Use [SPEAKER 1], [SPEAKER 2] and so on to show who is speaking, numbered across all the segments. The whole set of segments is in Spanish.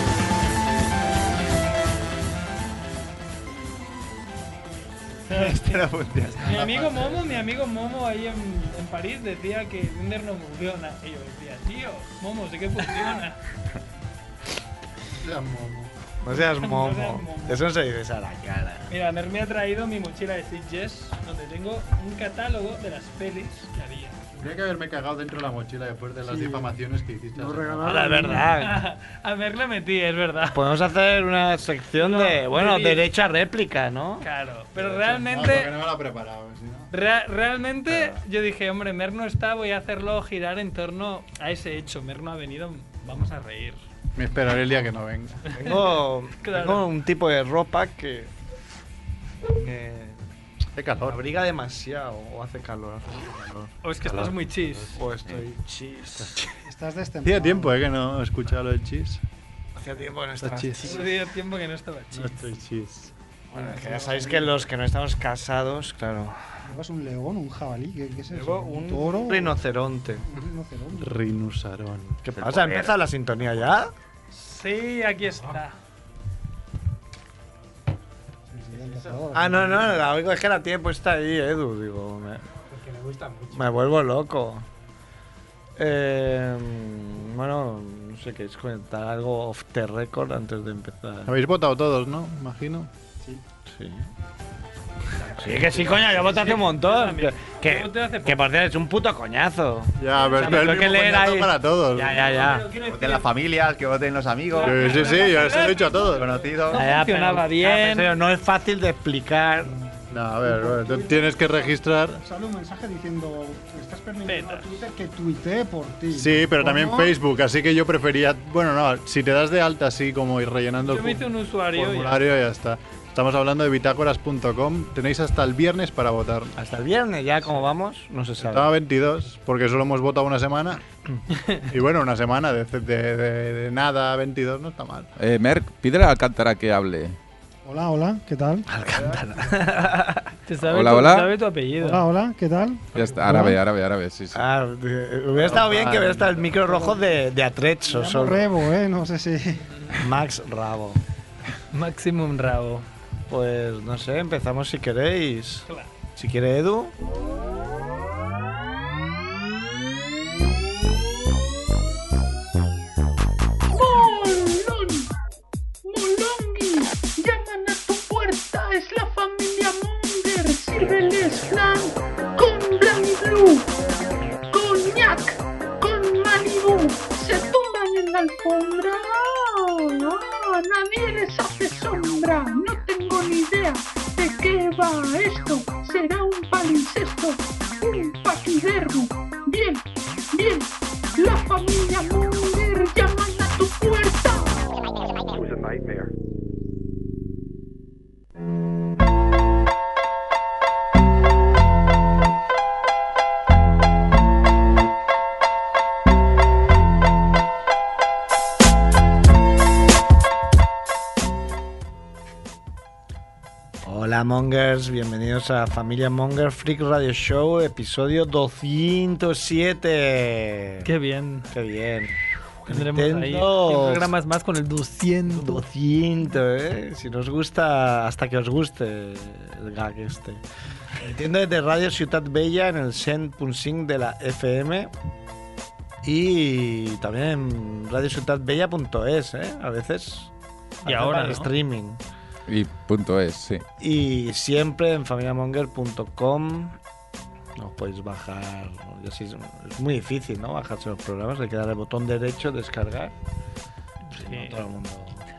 [SPEAKER 1] este era mundial.
[SPEAKER 2] Mi amigo Momo, mi amigo Momo ahí en, en París decía que Tinder no funciona. Y yo decía, tío, Momo, sí que funciona.
[SPEAKER 3] La momo.
[SPEAKER 1] No seas
[SPEAKER 2] No seas
[SPEAKER 1] momo.
[SPEAKER 2] momo.
[SPEAKER 1] Eso no se dice a la cara.
[SPEAKER 2] Mira, Ner me ha traído mi mochila de Sitges, donde tengo un catálogo de las pelis que había.
[SPEAKER 3] Tendría que haberme cagado dentro de la mochila después de las
[SPEAKER 4] Sí.
[SPEAKER 3] difamaciones que hiciste.
[SPEAKER 4] Nos
[SPEAKER 3] hace rato.
[SPEAKER 1] Ah,
[SPEAKER 4] regalaron.
[SPEAKER 2] A ver, le metí, es verdad.
[SPEAKER 1] Podemos hacer una sección de,
[SPEAKER 2] No,
[SPEAKER 1] bueno,
[SPEAKER 2] sí.
[SPEAKER 1] derecho a réplica, ¿no?
[SPEAKER 2] Claro, pero
[SPEAKER 3] Ah,
[SPEAKER 2] realmente...
[SPEAKER 3] porque no me lo he preparado, si no.
[SPEAKER 2] Rea- realmente yo dije, hombre, Mer no está, voy a hacerlo girar en torno a ese hecho. Mer no ha venido, vamos a reír.
[SPEAKER 3] Me esperaré el día que no venga.
[SPEAKER 1] Tengo,
[SPEAKER 2] Claro.
[SPEAKER 1] tengo un tipo de ropa que, que
[SPEAKER 3] Qué calor.
[SPEAKER 1] abriga demasiado o hace calor. hace mucho calor.
[SPEAKER 2] O es que estás muy chis.
[SPEAKER 1] O estoy chis.
[SPEAKER 4] Estás destemplado.
[SPEAKER 3] Hacía tiempo eh, que no he escuchado lo del chis.
[SPEAKER 1] Hacía tiempo que no
[SPEAKER 3] Está
[SPEAKER 1] estaba
[SPEAKER 3] chis.
[SPEAKER 1] chis.
[SPEAKER 2] Hace tiempo que no estaba chis.
[SPEAKER 3] No estoy chis.
[SPEAKER 1] Bueno, que ya sabéis que los que no estamos casados, claro.
[SPEAKER 4] Llevas un león, un jabalí, ¿qué, qué es eso?
[SPEAKER 1] Llevo
[SPEAKER 4] ¿Un,
[SPEAKER 1] un
[SPEAKER 4] toro?
[SPEAKER 1] rinoceronte.
[SPEAKER 4] Un rinoceronte.
[SPEAKER 3] Rinusarón.
[SPEAKER 1] ¿Qué pasa? ¿Empieza la sintonía ya?
[SPEAKER 2] Sí, aquí está.
[SPEAKER 5] Ah,
[SPEAKER 4] Sí, sí, el cazador.
[SPEAKER 1] Ah, no, no, la oigo, es que la tiene puesta ahí, Edu, digo, me,
[SPEAKER 5] Porque me gusta mucho.
[SPEAKER 1] me vuelvo loco. Eh, bueno, no sé, ¿queréis comentar algo off the record antes de empezar?
[SPEAKER 3] Habéis votado todos, ¿no? Imagino.
[SPEAKER 1] Sí. Sí, que sí, coño, yo voté hace un montón.
[SPEAKER 2] también.
[SPEAKER 1] Que,
[SPEAKER 2] Yo voté hace
[SPEAKER 1] que por cierto, es un puto coñazo.
[SPEAKER 3] Ya, pero es que el
[SPEAKER 1] tengo que
[SPEAKER 3] mismo
[SPEAKER 1] leer
[SPEAKER 3] coñazo
[SPEAKER 1] ahí.
[SPEAKER 3] para todos.
[SPEAKER 1] Ya, ya,
[SPEAKER 2] Pero
[SPEAKER 1] ya.
[SPEAKER 2] quiero
[SPEAKER 5] Voten
[SPEAKER 2] decir,
[SPEAKER 5] las familias, que voten los amigos.
[SPEAKER 2] Claro.
[SPEAKER 3] Sí, sí, sí, ya se lo he dicho a todos.
[SPEAKER 5] Conocidos.
[SPEAKER 1] Ya, ya,
[SPEAKER 2] funcionaba bien.
[SPEAKER 1] ya, en serio, no es fácil de explicar.
[SPEAKER 3] No, a ver, bueno, tú tienes que registrar.
[SPEAKER 4] Sale un mensaje diciendo, estás permitiendo a
[SPEAKER 2] Tetas.
[SPEAKER 4] Twitter que tuitee por ti.
[SPEAKER 3] Sí, pero también
[SPEAKER 4] ¿Cómo?
[SPEAKER 3] Facebook, así que yo prefería. Bueno, no, si te das de alta así como ir rellenando
[SPEAKER 2] Yo me hice un usuario. y-
[SPEAKER 3] formulario, ya está. Estamos hablando de bitácoras.com. Tenéis hasta el viernes para votar.
[SPEAKER 1] Hasta el viernes, ya como vamos, no se sabe.
[SPEAKER 3] Estaba 22, porque solo hemos votado una semana. Y bueno, una semana de, de- de- de nada, 22 no está mal.
[SPEAKER 6] Eh, Merck, pídele a Alcántara que hable.
[SPEAKER 4] Hola, hola, ¿qué tal?
[SPEAKER 2] Te sabe
[SPEAKER 6] Hola,
[SPEAKER 2] tu-
[SPEAKER 6] hola.
[SPEAKER 2] sabe tu apellido.
[SPEAKER 4] Hola, hola, ¿qué tal?
[SPEAKER 6] Ya está, árabe, árabe, árabe, sí, sí.
[SPEAKER 1] Ah, eh, hubiera estado bien que hubiera estado el micro rojo de, de
[SPEAKER 4] Me
[SPEAKER 1] Atrezzo,
[SPEAKER 4] llamo
[SPEAKER 1] solo.
[SPEAKER 4] Rebo, eh, no sé si...
[SPEAKER 1] Max Rabo.
[SPEAKER 2] Maximum Rabo.
[SPEAKER 1] Pues no sé, empezamos si queréis.
[SPEAKER 2] Claro.
[SPEAKER 1] Si quiere Edu.
[SPEAKER 7] Molongi, Molongi, llaman a tu puerta, es la familia Munger, sírveles flan con Blanc Blue, coñac, con Malibu, se tumban en la alfombra, Ah, ah, nadie les hace sombra, no tengo ni idea de qué va esto, será un palincesto, un paquidermo, bien, bien, la familia Munger llaman a tu puerta.
[SPEAKER 1] Hola Mongers, bienvenidos a Familia Monger Freak Radio Show, episodio 207.
[SPEAKER 2] Qué bien.
[SPEAKER 1] Qué bien.
[SPEAKER 2] Tendremos ahí
[SPEAKER 1] Intentos.
[SPEAKER 2] 100 programas más con el 200.
[SPEAKER 1] 200, ¿eh? Si nos gusta, hasta que os guste el gag este. Entiendo desde Radio Ciutat Bella en el 100.5 de la FM y también en radiociutatbella.es, ¿eh? A veces.
[SPEAKER 2] Y
[SPEAKER 1] hacen
[SPEAKER 2] ahora, ¿no?
[SPEAKER 1] Streaming.
[SPEAKER 6] Y punto es, sí.
[SPEAKER 1] Y siempre en familiamonger.com os podéis bajar. ¿no? Ya sí, es muy difícil, ¿no? Bajarse los programas. Hay que darle botón derecho, descargar. Si no,
[SPEAKER 2] Sí.
[SPEAKER 1] todo el mundo.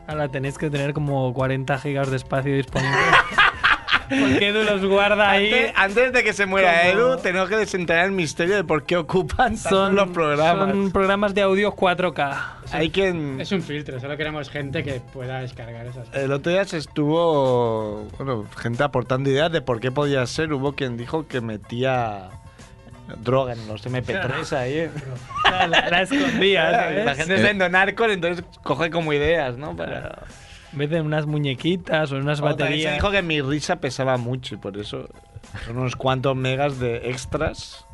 [SPEAKER 2] Ahora tenéis que tener como 40 gigas de espacio disponible. Porque Edu los guarda ahí.
[SPEAKER 1] Antes, antes de que se muera
[SPEAKER 2] como-
[SPEAKER 1] Edu, tenemos que desentrañar el misterio de por qué ocupan son los programas.
[SPEAKER 2] Son programas de audio 4K.
[SPEAKER 1] Hay quien.
[SPEAKER 8] Es un filtro, solo queremos gente que pueda descargar esas cosas.
[SPEAKER 1] El otro día se estuvo bueno, gente aportando ideas de por qué podía ser. Hubo quien dijo que metía droga en los MP3 ahí. ¿eh?
[SPEAKER 2] La, la- la escondía, ¿sabes?
[SPEAKER 1] La gente está en narcos, entonces coge como ideas, ¿no? Para...
[SPEAKER 2] En vez de unas muñequitas o unas
[SPEAKER 1] O también Se
[SPEAKER 2] baterías.
[SPEAKER 1] dijo que mi risa pesaba mucho y por eso son unos cuantos megas de extras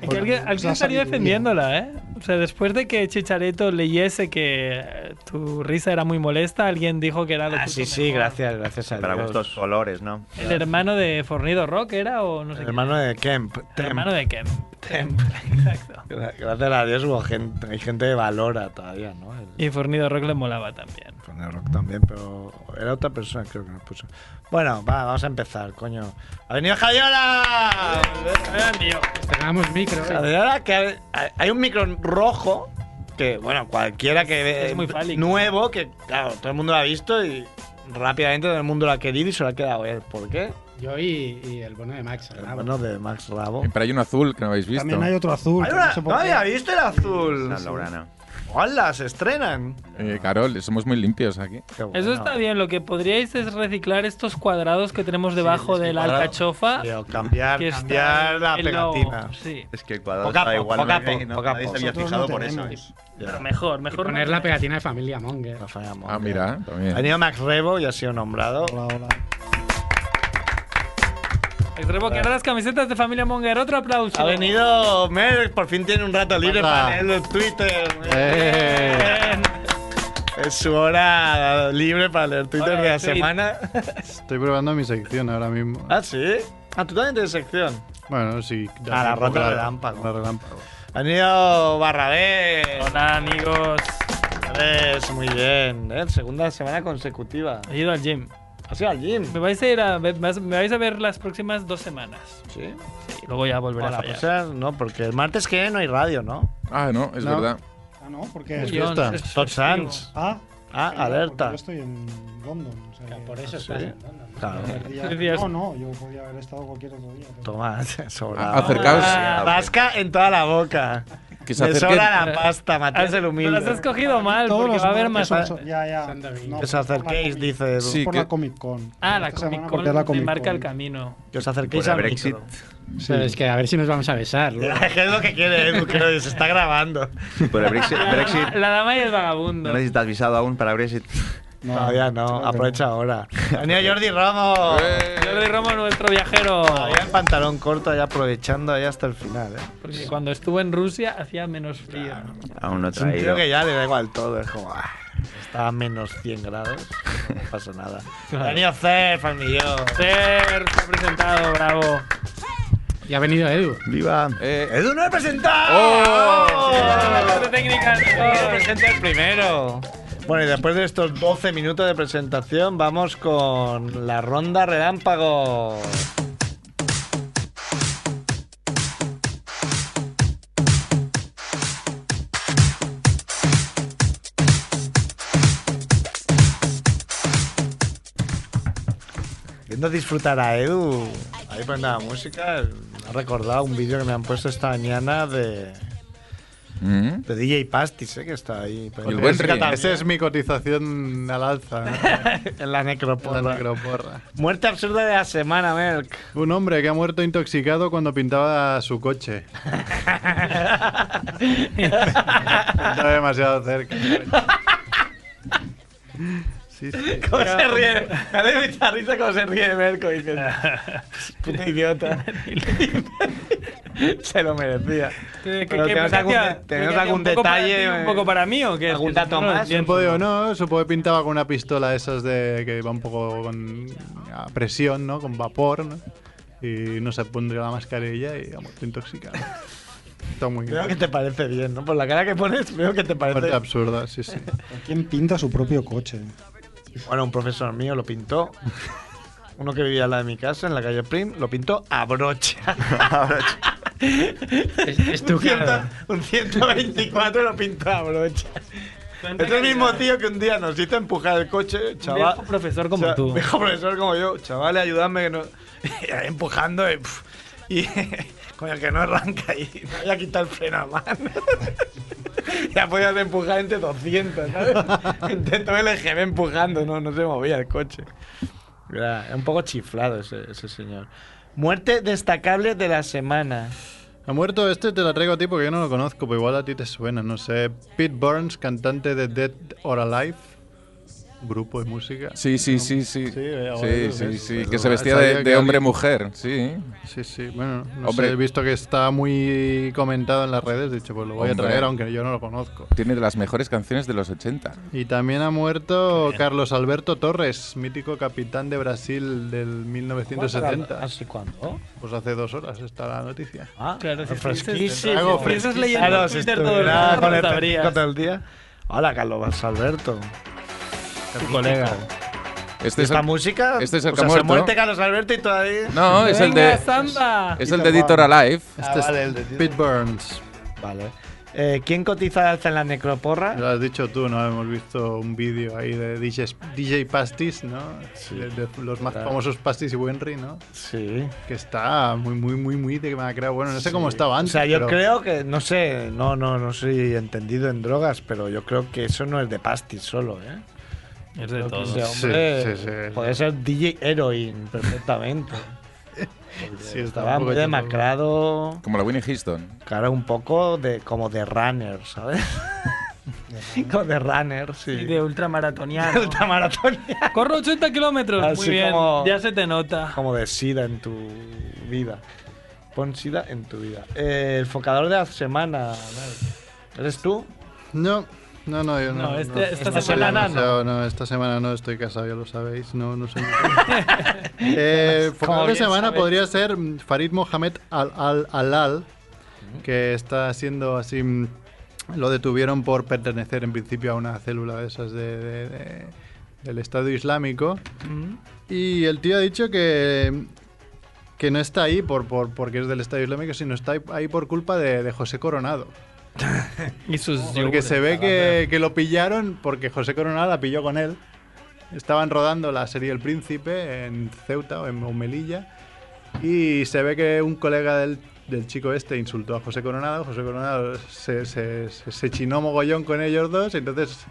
[SPEAKER 2] Que alguien, alguien
[SPEAKER 4] la
[SPEAKER 2] estaría
[SPEAKER 4] sabiduría.
[SPEAKER 2] defendiéndola, ¿eh? O sea, después de que Chichareto leyese que eh, tu risa era muy molesta, alguien dijo que era lo
[SPEAKER 1] Ah,
[SPEAKER 2] justo
[SPEAKER 1] sí, sí,
[SPEAKER 2] mejor.
[SPEAKER 1] gracias, gracias a
[SPEAKER 5] Para
[SPEAKER 1] Dios.
[SPEAKER 5] gustos colores, ¿no?
[SPEAKER 2] El hermano de Fornido Rock era o no sé
[SPEAKER 1] El
[SPEAKER 2] quién?
[SPEAKER 1] hermano de Kemp.
[SPEAKER 2] El
[SPEAKER 1] Temp.
[SPEAKER 2] hermano de Kemp.
[SPEAKER 1] Temp.
[SPEAKER 2] Exacto.
[SPEAKER 1] Gra- Gracias a Dios hubo gente, hay gente que valora todavía, ¿no? El,
[SPEAKER 2] Y Fornido Rock le molaba también.
[SPEAKER 1] con el rock también, pero era otra persona creo que nos puso. Bueno, va, vamos a empezar, coño. ¡Ha venido Javiola!
[SPEAKER 8] Estrenamos micro. eh.
[SPEAKER 1] Javiola, que hay- hay un micro rojo que, bueno, cualquiera que ve
[SPEAKER 2] Es muy fálico.
[SPEAKER 1] nuevo, que claro, todo el mundo lo ha visto y rápidamente todo el mundo lo ha querido y se lo ha quedado él. ¿Por qué?
[SPEAKER 8] Yo y, y el bono de Max. al
[SPEAKER 1] El
[SPEAKER 8] lado.
[SPEAKER 1] hermano de Max Rabo.
[SPEAKER 6] Pero hay un azul que no habéis visto.
[SPEAKER 4] También hay otro azul.
[SPEAKER 1] Oh. Hay
[SPEAKER 4] que
[SPEAKER 1] una-
[SPEAKER 4] no sé por
[SPEAKER 1] no
[SPEAKER 4] qué.
[SPEAKER 1] había visto el azul.
[SPEAKER 5] Una Laurana.
[SPEAKER 1] ¡Hola! Se estrenan.
[SPEAKER 6] Eh, Carol, somos muy limpios aquí.
[SPEAKER 1] Qué bueno.
[SPEAKER 2] Eso está bien, lo que podríais es reciclar estos cuadrados que tenemos debajo
[SPEAKER 1] es que
[SPEAKER 2] de la
[SPEAKER 1] cuadrado-
[SPEAKER 2] alcachofa.
[SPEAKER 1] Pero cambiar,
[SPEAKER 2] que
[SPEAKER 1] cambiar la
[SPEAKER 2] está el logo.
[SPEAKER 1] pegatina.
[SPEAKER 2] Sí,
[SPEAKER 5] Es que el cuadrado
[SPEAKER 1] Poca
[SPEAKER 5] está
[SPEAKER 1] po-
[SPEAKER 5] igual.
[SPEAKER 1] poca
[SPEAKER 5] nadie-
[SPEAKER 1] po-
[SPEAKER 5] no-
[SPEAKER 1] poca
[SPEAKER 5] nadie
[SPEAKER 1] po.
[SPEAKER 5] se había
[SPEAKER 4] Nosotros
[SPEAKER 5] fijado
[SPEAKER 4] no
[SPEAKER 5] por eso.
[SPEAKER 4] tenemos.
[SPEAKER 2] pero mejor,
[SPEAKER 8] Y
[SPEAKER 2] mejor.
[SPEAKER 8] poner
[SPEAKER 2] no
[SPEAKER 8] la
[SPEAKER 2] tener.
[SPEAKER 8] pegatina de familia Monger.
[SPEAKER 1] Rafael Amón.
[SPEAKER 6] Ah, mira,
[SPEAKER 1] Ha
[SPEAKER 6] también.
[SPEAKER 1] venido Max Rebo y ha sido nombrado.
[SPEAKER 4] Hola, hola.
[SPEAKER 2] El rebo que ahora las camisetas de familia Monger, otro aplauso.
[SPEAKER 1] Ha venido Merck, por fin tiene un rato libre
[SPEAKER 3] Hola.
[SPEAKER 1] para leer los Twitter.
[SPEAKER 3] Eh,
[SPEAKER 2] Bien.
[SPEAKER 1] Es su hora libre para leer Twitter
[SPEAKER 2] Hola,
[SPEAKER 1] de la
[SPEAKER 2] tweet.
[SPEAKER 1] semana.
[SPEAKER 3] Estoy probando mi sección ahora mismo.
[SPEAKER 1] ah, sí. Ah, tú también tienes sección.
[SPEAKER 3] Bueno, sí.
[SPEAKER 1] Ah, la
[SPEAKER 3] tampoco
[SPEAKER 1] ronda relámpago.
[SPEAKER 3] La relámpago.
[SPEAKER 1] Ha venido Barrabés.
[SPEAKER 2] Hola, amigos.
[SPEAKER 1] Barrabés, muy bien. ¿eh? Segunda semana consecutiva.
[SPEAKER 2] He ido al gym.
[SPEAKER 1] Ha sido al gym.
[SPEAKER 2] Me vais a ir a, me vais- me vais a ver las próximas dos semanas.
[SPEAKER 1] Sí.
[SPEAKER 2] Sí, y luego ya volveré
[SPEAKER 1] Hola,
[SPEAKER 2] a fallar.
[SPEAKER 1] pues era- no, porque el martes que viene no hay radio, ¿no?
[SPEAKER 6] Ah, no, es
[SPEAKER 3] No.
[SPEAKER 6] verdad.
[SPEAKER 4] Ah, no, porque.
[SPEAKER 3] Es
[SPEAKER 2] Guión,
[SPEAKER 3] fiesta.
[SPEAKER 2] es
[SPEAKER 1] eh, Todd
[SPEAKER 2] festivo.
[SPEAKER 1] Sands.
[SPEAKER 4] Ah,
[SPEAKER 1] Ah,
[SPEAKER 4] claro, porque
[SPEAKER 1] alerta.
[SPEAKER 4] Yo estoy en London. o sea que-
[SPEAKER 8] Por eso
[SPEAKER 1] Sí.
[SPEAKER 8] estás en London.
[SPEAKER 1] Claro.
[SPEAKER 4] Perdía-
[SPEAKER 2] Decías-
[SPEAKER 4] No, no, yo podía haber estado cualquier otro día. pero-
[SPEAKER 1] Toma,
[SPEAKER 6] A-
[SPEAKER 1] sobrado.
[SPEAKER 6] acercaos.
[SPEAKER 1] Ah, Vasca en toda la boca.
[SPEAKER 6] Que se
[SPEAKER 1] Me
[SPEAKER 6] acerquen.
[SPEAKER 1] sobra la pasta, Matías el humilde.
[SPEAKER 2] Las has cogido mal,
[SPEAKER 4] Todos
[SPEAKER 2] porque
[SPEAKER 4] los
[SPEAKER 2] va a haber más.
[SPEAKER 4] martes son- son- Ya, ya.
[SPEAKER 8] Santa Villa.
[SPEAKER 1] Que os
[SPEAKER 4] por la
[SPEAKER 1] acerquéis,
[SPEAKER 4] Comic-
[SPEAKER 1] dice Edu.
[SPEAKER 6] Sí.
[SPEAKER 4] Por
[SPEAKER 6] que-
[SPEAKER 4] la Comic Con.
[SPEAKER 2] Ah, la
[SPEAKER 4] Esta semana porque
[SPEAKER 2] Comic Con
[SPEAKER 4] es la
[SPEAKER 2] te
[SPEAKER 4] Comic
[SPEAKER 2] marca el
[SPEAKER 4] Con.
[SPEAKER 2] camino.
[SPEAKER 1] Que os acerquéis
[SPEAKER 5] Por
[SPEAKER 1] al
[SPEAKER 5] el Brexit.
[SPEAKER 1] micro.
[SPEAKER 8] Pero es que a ver si nos vamos a besar. luego.
[SPEAKER 1] ¿Qué es lo que quiere Edu? Creo que se está grabando.
[SPEAKER 5] Por el Brexit. Brexit.
[SPEAKER 2] La dama y el vagabundo.
[SPEAKER 5] No necesitas visado aún para Brexit.
[SPEAKER 4] No,
[SPEAKER 1] Todavía
[SPEAKER 4] creo que
[SPEAKER 1] no. Aprovecha ahora. Ha venido Jordi Ramos.
[SPEAKER 6] Eh.
[SPEAKER 2] Jordi Romo, nuestro viajero.
[SPEAKER 1] Todavía en pantalón corto, ya aprovechando ahí hasta el final. ¿eh?
[SPEAKER 2] Porque cuando estuvo en Rusia hacía menos frío.
[SPEAKER 5] Aún no he
[SPEAKER 1] Es un tío
[SPEAKER 5] traído.
[SPEAKER 1] que ya le da igual todo. Es como, ah, está a menos 100 grados. No pasa nada. Ha venido Cerf, al millón.
[SPEAKER 2] Ser, se ha presentado, bravo.
[SPEAKER 8] Y ha venido Edu.
[SPEAKER 5] ¡Viva!
[SPEAKER 6] Eh,
[SPEAKER 1] ¡Edu no he presentado!
[SPEAKER 6] ¡Oh!
[SPEAKER 2] Nuestra técnica,
[SPEAKER 1] Yo
[SPEAKER 2] mejor.
[SPEAKER 1] presento el primero. Bueno, y después de estos 12 minutos de presentación, vamos con la ronda relámpago. Viendo disfrutar a Edu, ahí poniendo la música, me ha recordado un vídeo que me han puesto esta mañana de,
[SPEAKER 6] mm,
[SPEAKER 1] de DJ Pastis, ¿eh? que está ahí. Pero
[SPEAKER 6] El
[SPEAKER 1] es
[SPEAKER 6] buen
[SPEAKER 1] que
[SPEAKER 6] Ricky.
[SPEAKER 1] también-
[SPEAKER 3] Esa es mi cotización al alza. ¿no?
[SPEAKER 1] en la necroporra.
[SPEAKER 3] La necroporra.
[SPEAKER 1] Muerte absurda de la semana, Merck.
[SPEAKER 3] Un hombre que ha muerto intoxicado cuando pintaba su coche. Pintaba demasiado cerca. Sí, sí.
[SPEAKER 1] ¿Cómo se ríe? Me hace mucha risa cómo se ríe Merck. y dice, Puta idiota. se lo merecía.
[SPEAKER 2] ¿Qué-
[SPEAKER 1] Pero
[SPEAKER 2] qué-
[SPEAKER 1] tenemos
[SPEAKER 2] qué
[SPEAKER 1] algún,
[SPEAKER 2] hacía?
[SPEAKER 1] de-
[SPEAKER 2] ¿Qué
[SPEAKER 1] tenemos
[SPEAKER 2] hacía?
[SPEAKER 1] algún
[SPEAKER 2] ¿Un poco para
[SPEAKER 1] detalle. eh,
[SPEAKER 2] ti, ¿Un poco para mí o qué?
[SPEAKER 1] algún
[SPEAKER 2] Es que
[SPEAKER 1] dato
[SPEAKER 2] no lo
[SPEAKER 1] más,
[SPEAKER 2] entiendo.
[SPEAKER 3] Supongo yo, no, supongo que pintaba con una pistola de esas de que va un poco con a presión, ¿no? Con vapor, ¿no? Y no se pondría la mascarilla y ha muerto intoxicado. Está muy
[SPEAKER 1] Veo que te parece bien, ¿no? Por la cara que pones, veo que te
[SPEAKER 3] Parte
[SPEAKER 1] parece.
[SPEAKER 3] absurda, sí, sí.
[SPEAKER 4] ¿Quién pinta su propio coche?
[SPEAKER 1] Bueno, un profesor mío lo pintó. Uno que vivía al lado de mi casa, en la calle Prim, lo pintó a brocha.
[SPEAKER 8] Es, es tu
[SPEAKER 1] un, ciento-
[SPEAKER 8] cara.
[SPEAKER 1] un 124 lo pintaba brocha. Es el mismo tío que un día nos hizo empujar el coche, chaval.
[SPEAKER 2] Viejo profesor como
[SPEAKER 1] Cha-
[SPEAKER 2] tú.
[SPEAKER 1] Viejo profesor como yo. Chavales, ayudadme que no. Y ahí empujando y. pf, y con el que no arranca y me voy a quitar el freno a mano. ya podías empujar entre 200, ¿sabes? entre todo el EGB empujando, no, no se movía el coche. Era era un poco chiflado ese, ese señor. Muerte destacable de la semana.
[SPEAKER 3] Ha muerto este, te la traigo a ti porque yo no lo conozco, pero igual a ti te suena, no sé. Pete Burns, cantante de Dead or Alive. grupo de música.
[SPEAKER 6] Sí, sí, sí, sí.
[SPEAKER 3] Sí,
[SPEAKER 6] Sí,
[SPEAKER 3] ahora
[SPEAKER 6] sí,
[SPEAKER 3] lo
[SPEAKER 6] sí,
[SPEAKER 3] ves, pero
[SPEAKER 6] Que se vestía de,
[SPEAKER 3] sabía que
[SPEAKER 6] de
[SPEAKER 3] alguien-
[SPEAKER 6] hombre-mujer, sí.
[SPEAKER 3] Sí, sí, bueno, no
[SPEAKER 6] Hombre.
[SPEAKER 3] sé, he visto que está muy comentado en las redes, he dicho, pues lo voy
[SPEAKER 6] Hombre.
[SPEAKER 3] a traer, aunque yo no lo conozco.
[SPEAKER 6] Tiene de las mejores canciones de los 80.
[SPEAKER 3] Y también ha muerto Carlos Alberto Torres, mítico capitán de Brasil del 1970.
[SPEAKER 1] ¿Así cuándo?
[SPEAKER 3] Pues hace dos horas está la noticia.
[SPEAKER 1] Ah,
[SPEAKER 9] Claro, si
[SPEAKER 1] fresquísimo.
[SPEAKER 9] estuviste-
[SPEAKER 1] Algo
[SPEAKER 9] si estuvieses
[SPEAKER 1] fresquísimo.
[SPEAKER 9] leyendo
[SPEAKER 1] Claro,
[SPEAKER 9] en
[SPEAKER 1] si
[SPEAKER 9] Twitter todo el
[SPEAKER 1] estuviera
[SPEAKER 9] rato,
[SPEAKER 1] con
[SPEAKER 9] no
[SPEAKER 1] el
[SPEAKER 9] te
[SPEAKER 1] periódico
[SPEAKER 9] abrías.
[SPEAKER 1] todo el día. Hola, Carlos Alberto. Tu colega.
[SPEAKER 6] Este es
[SPEAKER 1] ¿Esta
[SPEAKER 6] el,
[SPEAKER 1] música?
[SPEAKER 6] este es el
[SPEAKER 1] o
[SPEAKER 6] que ha
[SPEAKER 1] sea, se
[SPEAKER 6] muerto.
[SPEAKER 1] muerte Carlos Alberto y todavía.
[SPEAKER 6] No, es el de.
[SPEAKER 9] Venga, samba.
[SPEAKER 6] Es el de Editor Alive.
[SPEAKER 3] Este es
[SPEAKER 1] Ah, vale, el de Dios.
[SPEAKER 3] Pete Burns.
[SPEAKER 1] Vale. Eh, ¿Quién cotiza alza en la necroporra?
[SPEAKER 3] Lo has dicho tú, ¿no? Hemos visto un vídeo ahí de DJ, DJ Pastis, ¿no? De, de los más famosos Pastis y Wenry, ¿no?
[SPEAKER 1] Sí.
[SPEAKER 3] Que está muy, muy, muy, muy de macra. Bueno, no sé cómo estaba
[SPEAKER 1] O
[SPEAKER 3] antes.
[SPEAKER 1] sea, yo
[SPEAKER 3] pero-
[SPEAKER 1] creo que, no sé, no, no, no soy entendido en drogas, pero yo creo que eso no es de pastis solo, ¿eh?
[SPEAKER 2] Es de todo.
[SPEAKER 1] Ese
[SPEAKER 3] Sí,
[SPEAKER 1] hombre
[SPEAKER 3] sí, sí.
[SPEAKER 1] puede ser DJ Heroin perfectamente. Porque
[SPEAKER 3] Sí, está
[SPEAKER 1] estaba
[SPEAKER 3] un poco
[SPEAKER 1] muy
[SPEAKER 3] chungo.
[SPEAKER 1] demacrado,
[SPEAKER 6] Como la Winnie Houston.
[SPEAKER 1] cara un poco de como de runner, ¿sabes? como de runner,
[SPEAKER 2] Y
[SPEAKER 1] sí.
[SPEAKER 2] de ultramaratoniano.
[SPEAKER 1] Ultramaratón.
[SPEAKER 2] Corro 80 kilómetros.
[SPEAKER 1] Así
[SPEAKER 2] Muy bien.
[SPEAKER 1] como-
[SPEAKER 2] Ya se te nota.
[SPEAKER 1] como de sida en tu vida. Pon sida en tu vida. Eh, el focador de la semana, Marc, ¿eres tú?
[SPEAKER 3] No, no, no, yo no.
[SPEAKER 2] No, este- esta
[SPEAKER 3] soy
[SPEAKER 2] semana no.
[SPEAKER 3] demasiado- no. esta semana no, estoy casado, ya lo sabéis. No, no soy. eh, focador de
[SPEAKER 1] bien
[SPEAKER 3] semana
[SPEAKER 1] sabes.
[SPEAKER 3] podría ser mm, Farid Mohamed Al Al Alal, que está siendo así. mm, Lo detuvieron por pertenecer en principio a una célula de esas de- de- de- del Estado Islámico. Y el tío ha dicho que, que no está ahí por, por, porque es del Estado Islámico, sino está ahí- ahí por culpa de- de José Coronado.
[SPEAKER 2] Y sus
[SPEAKER 3] Porque se ve que, que lo pillaron porque José Coronado la pilló con él. Estaban rodando la serie El Príncipe en Ceuta o en o Melilla. Y se ve que un colega del, del chico este insultó a José Coronado. José Coronado se, se- se- se chinó mogollón con ellos dos. Entonces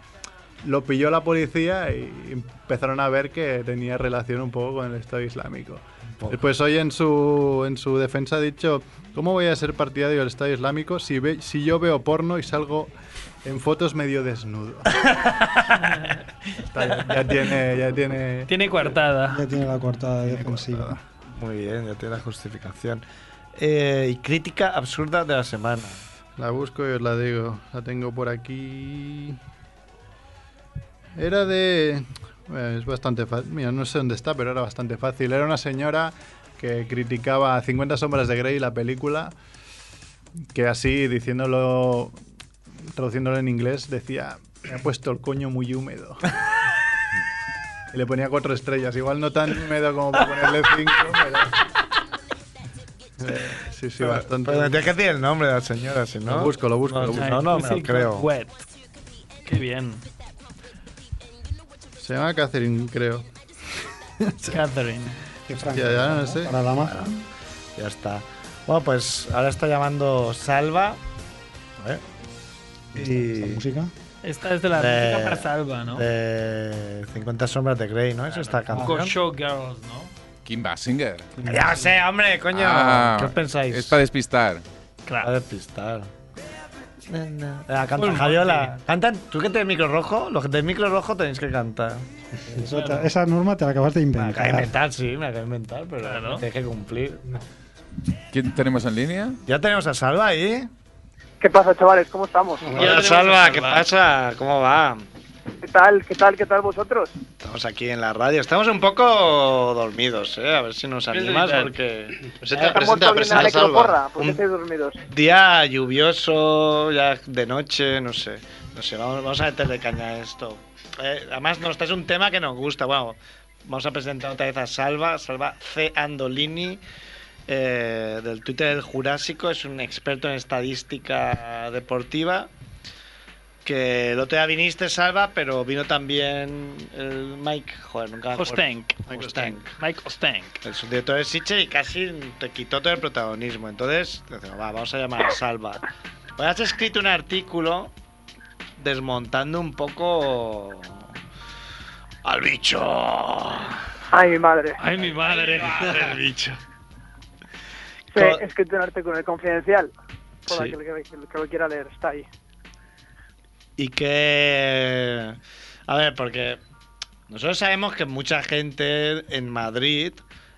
[SPEAKER 3] lo pilló la policía y empezaron a ver que tenía relación un poco con el Estado Islámico. Después hoy en su, en su defensa ha dicho, ¿cómo voy a ser partidario del Estado Islámico si, ve- si yo veo porno y salgo en fotos medio desnudo? Está, ya, ya tiene... Ya tiene
[SPEAKER 2] Tiene coartada.
[SPEAKER 4] Ya tiene la cortada defensiva.
[SPEAKER 1] Muy bien, ya tiene la justificación. Eh, y crítica absurda de la semana.
[SPEAKER 3] la busco y os la digo. La tengo por aquí. Era de... bueno, es bastante fácil. Mira, no sé dónde está, pero era bastante fácil. Era una señora que criticaba 50 sombras de Grey, la película, que así, diciéndolo, traduciéndolo en inglés, decía, me ha puesto el coño muy húmedo. y le ponía cuatro estrellas, igual no tan húmedo como para ponerle cinco, pero... Eh, Sí, sí, bastante.
[SPEAKER 1] Pero me tienes que decir el nombre de la señora, si no.
[SPEAKER 3] Lo busco, lo busco,
[SPEAKER 1] No,
[SPEAKER 3] lo
[SPEAKER 1] si
[SPEAKER 3] busco.
[SPEAKER 1] no, no me lo
[SPEAKER 2] Pussy
[SPEAKER 1] creo.
[SPEAKER 2] Cat Wet. Qué bien.
[SPEAKER 3] Se llama Catherine, creo.
[SPEAKER 2] Catherine.
[SPEAKER 4] Qué
[SPEAKER 3] Ya, ya, no sé.
[SPEAKER 4] Para la maja.
[SPEAKER 1] Ya está. Bueno, pues ahora está llamando Salva. ¿eh?
[SPEAKER 4] ¿La
[SPEAKER 1] Y.
[SPEAKER 4] música?
[SPEAKER 2] Esta es de la
[SPEAKER 1] De-
[SPEAKER 2] música para salva,
[SPEAKER 1] Eh.
[SPEAKER 2] ¿no?
[SPEAKER 1] De 50 sombras de Grey, ¿no? Es esta canción.
[SPEAKER 2] Con Showgirls, ¿no?
[SPEAKER 6] Kim Basinger.
[SPEAKER 1] Ya sé, hombre, coño.
[SPEAKER 6] Ah,
[SPEAKER 1] ¿Qué os pensáis?
[SPEAKER 6] Es para despistar.
[SPEAKER 1] A despistar. Ah, canta
[SPEAKER 2] Full
[SPEAKER 1] Javiola.
[SPEAKER 2] Monty.
[SPEAKER 1] Cantan, tú que tenés micro rojo, los que tenéis micro rojo tenéis que cantar.
[SPEAKER 4] Eso te- esa norma te la acabas de
[SPEAKER 1] Me la acabo de
[SPEAKER 4] inventar.
[SPEAKER 1] inventar, sí, me la acabo de inventar, pero
[SPEAKER 2] Claro.
[SPEAKER 1] me tenéis que cumplir.
[SPEAKER 6] ¿Quién tenemos en línea?
[SPEAKER 1] Ya tenemos a Salva ahí.
[SPEAKER 10] ¿Qué pasa, chavales? ¿Cómo estamos?
[SPEAKER 1] Hola, Salva, ¿qué pasa? ¿Cómo va?
[SPEAKER 10] ¿Qué tal? ¿Qué tal? ¿Qué tal vosotros?
[SPEAKER 1] Estamos aquí en la radio. Estamos un poco dormidos, ¿eh? A ver si nos animas porque... Eh,
[SPEAKER 10] ¿Está muerto alguien en la necroporra?
[SPEAKER 2] pues
[SPEAKER 10] ¿Por qué estáis dormidos?
[SPEAKER 1] Día lluvioso, ya de noche, no sé. No sé, vamos, vamos a meterle caña a esto. Eh, además, nos traes un tema que nos gusta. Bueno, vamos a presentar otra vez a Salva, Salva C. Andolini, eh, del Twitter del Jurásico. Es un experto en estadística deportiva. Que el otro día viniste, Salva, pero vino también el Mike, joder, nunca me acuerdo.
[SPEAKER 2] Ostenk.
[SPEAKER 1] Mike Ostenk.
[SPEAKER 2] Mike Ostenk.
[SPEAKER 1] El subdirector de Siche y casi te quitó todo el protagonismo. Entonces, decimos, "Va, vamos a llamar a Salva. Pues has escrito un artículo desmontando un poco al bicho.
[SPEAKER 10] Ay, mi madre.
[SPEAKER 2] Ay, mi madre.
[SPEAKER 1] Al bicho.
[SPEAKER 10] Sí,
[SPEAKER 1] Co-
[SPEAKER 10] es que un artículo en el confidencial. Por
[SPEAKER 1] Sí.
[SPEAKER 10] aquel que, que- que lo quiera leer, está ahí.
[SPEAKER 1] Y que... A ver, porque Nosotros sabemos que mucha gente en Madrid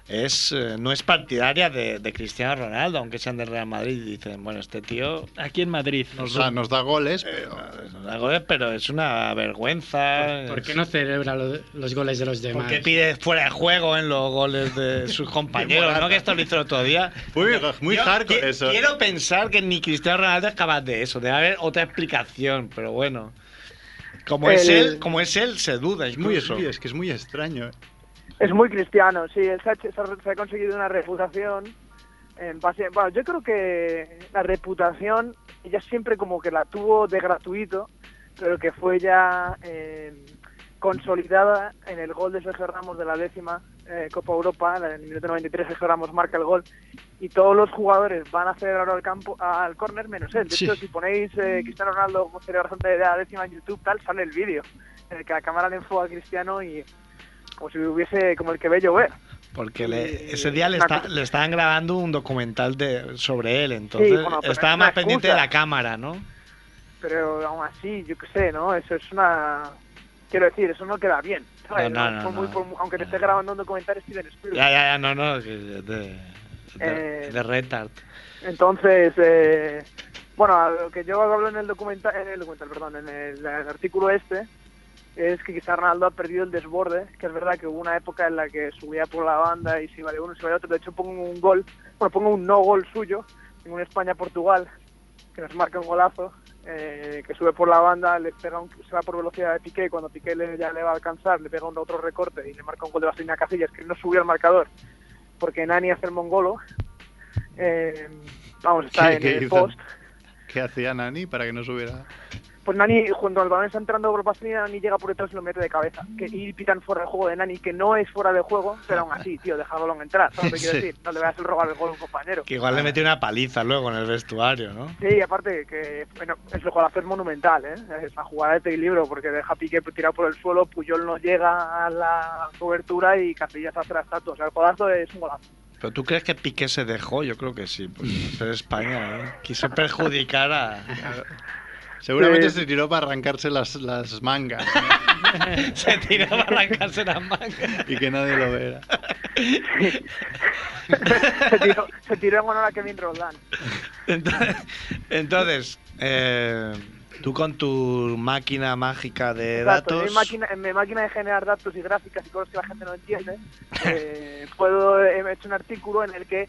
[SPEAKER 1] es eh, no es partidaria de, de Cristiano Ronaldo, aunque sean del Real Madrid. y Dicen, bueno, este tío
[SPEAKER 11] Aquí en Madrid.
[SPEAKER 3] Nos da, nos da goles,
[SPEAKER 1] eh, no da goles, pero es una vergüenza.
[SPEAKER 8] ¿Por qué
[SPEAKER 1] es-
[SPEAKER 8] no celebra lo- los goles de los demás?
[SPEAKER 1] ¿Por qué pide fuera de juego en los goles de sus compañeros? ¿No? Que esto lo hizo el otro día.
[SPEAKER 3] Muy, muy
[SPEAKER 1] Yo
[SPEAKER 3] hardcore
[SPEAKER 1] qui-
[SPEAKER 3] eso.
[SPEAKER 1] Quiero pensar que ni Cristiano Ronaldo es capaz de eso. Debe haber otra explicación, pero bueno. Como es
[SPEAKER 10] El-
[SPEAKER 1] él, como es él, se duda.
[SPEAKER 3] Es, muy,
[SPEAKER 1] incluso.
[SPEAKER 3] sí, es que es muy extraño. eh.
[SPEAKER 10] Es muy cristiano, sí. Él se ha, hecho- se ha- se ha conseguido una reputación. En base, bueno, yo creo que la reputación ella siempre como que la tuvo de gratuito, pero que fue ya eh, consolidada en el gol de Sergio Ramos de la décima eh, Copa Europa, en el minuto 93 Sergio Ramos marca el gol y todos los jugadores van a celebrar al campo al córner menos él. De hecho, si ponéis eh, Cristiano Ronaldo celebración de la décima en YouTube, tal, sale el vídeo en el que la cámara le enfoca a Cristiano y como si hubiese como el que ve llover.
[SPEAKER 1] Porque le- ese día le, está- le estaban grabando un documental de, sobre él, entonces
[SPEAKER 10] Sí, bueno, pero
[SPEAKER 1] estaba
[SPEAKER 10] es una
[SPEAKER 1] más pendiente de la
[SPEAKER 10] excusa.
[SPEAKER 1] cámara, ¿no?
[SPEAKER 10] Pero aún así, yo qué sé, ¿no? Eso es una... Quiero decir, eso no queda bien. ¿sabes?
[SPEAKER 1] No, no, no,
[SPEAKER 10] Por muy-
[SPEAKER 1] no.
[SPEAKER 10] por muy- aunque te esté grabando un documental Steven Spielberg.
[SPEAKER 1] Ya, ya, ya, no, no, que de, de,
[SPEAKER 10] Eh,
[SPEAKER 1] de retard.
[SPEAKER 10] Entonces, eh, bueno, a lo que yo hablo en el documental, en el documental, perdón, en el, el artículo este, es que quizá Ronaldo ha perdido el desborde, que es verdad que hubo una época en la que subía por la banda y si vale uno, si vale otro, de hecho pongo un gol, bueno, pongo un no gol suyo, en un España-Portugal, que nos marca un golazo, eh, que sube por la banda, le pega un- se va por velocidad de Piqué, cuando Piqué le- ya le va a alcanzar, le pega un otro recorte y le marca un gol de Bastina Casillas, que no subió al marcador, porque Nani hace el mongolo. Eh, vamos, está
[SPEAKER 3] ¿Qué-
[SPEAKER 10] en
[SPEAKER 3] qué
[SPEAKER 10] el
[SPEAKER 3] hizo?
[SPEAKER 10] post.
[SPEAKER 3] ¿Qué hacía Nani para que no subiera?
[SPEAKER 10] Pues Nani, cuando el balón está entrando por Bastina, Nani llega por detrás y lo mete de cabeza. Que, y pitan fuera de juego de Nani, que no es fuera de juego, pero aún así, tío, deja el balón entrar. ¿Sabes lo que quiero
[SPEAKER 1] Sí.
[SPEAKER 10] decir? No le vayas a robar el gol a un compañero.
[SPEAKER 1] Que igual le metió una paliza luego en el vestuario, ¿no?
[SPEAKER 10] Sí, aparte que bueno, es lo golazo es monumental, ¿eh? Es la jugada de equilibrio porque deja a Piqué tirado por el suelo, Puyol no llega a la cobertura y Casillas hace la estatua. O sea, el golazo es un golazo.
[SPEAKER 1] Pero tú crees que Piqué se dejó, yo creo que sí, pues ser España, ¿eh? Quiso perjudicar a.
[SPEAKER 3] Seguramente
[SPEAKER 10] Sí.
[SPEAKER 3] se tiró para arrancarse las, las mangas
[SPEAKER 1] se tiró para arrancarse las mangas.
[SPEAKER 3] y que nadie lo viera.
[SPEAKER 10] se, tiró, se tiró en honor a Kevin Roldán.
[SPEAKER 1] Entonces, entonces, eh, tú con tu máquina mágica de
[SPEAKER 10] Exacto,
[SPEAKER 1] datos.
[SPEAKER 10] en mi, máquina, en mi máquina de generar datos y gráficas y cosas que la gente no entiende, eh, puedo, he hecho un artículo en el que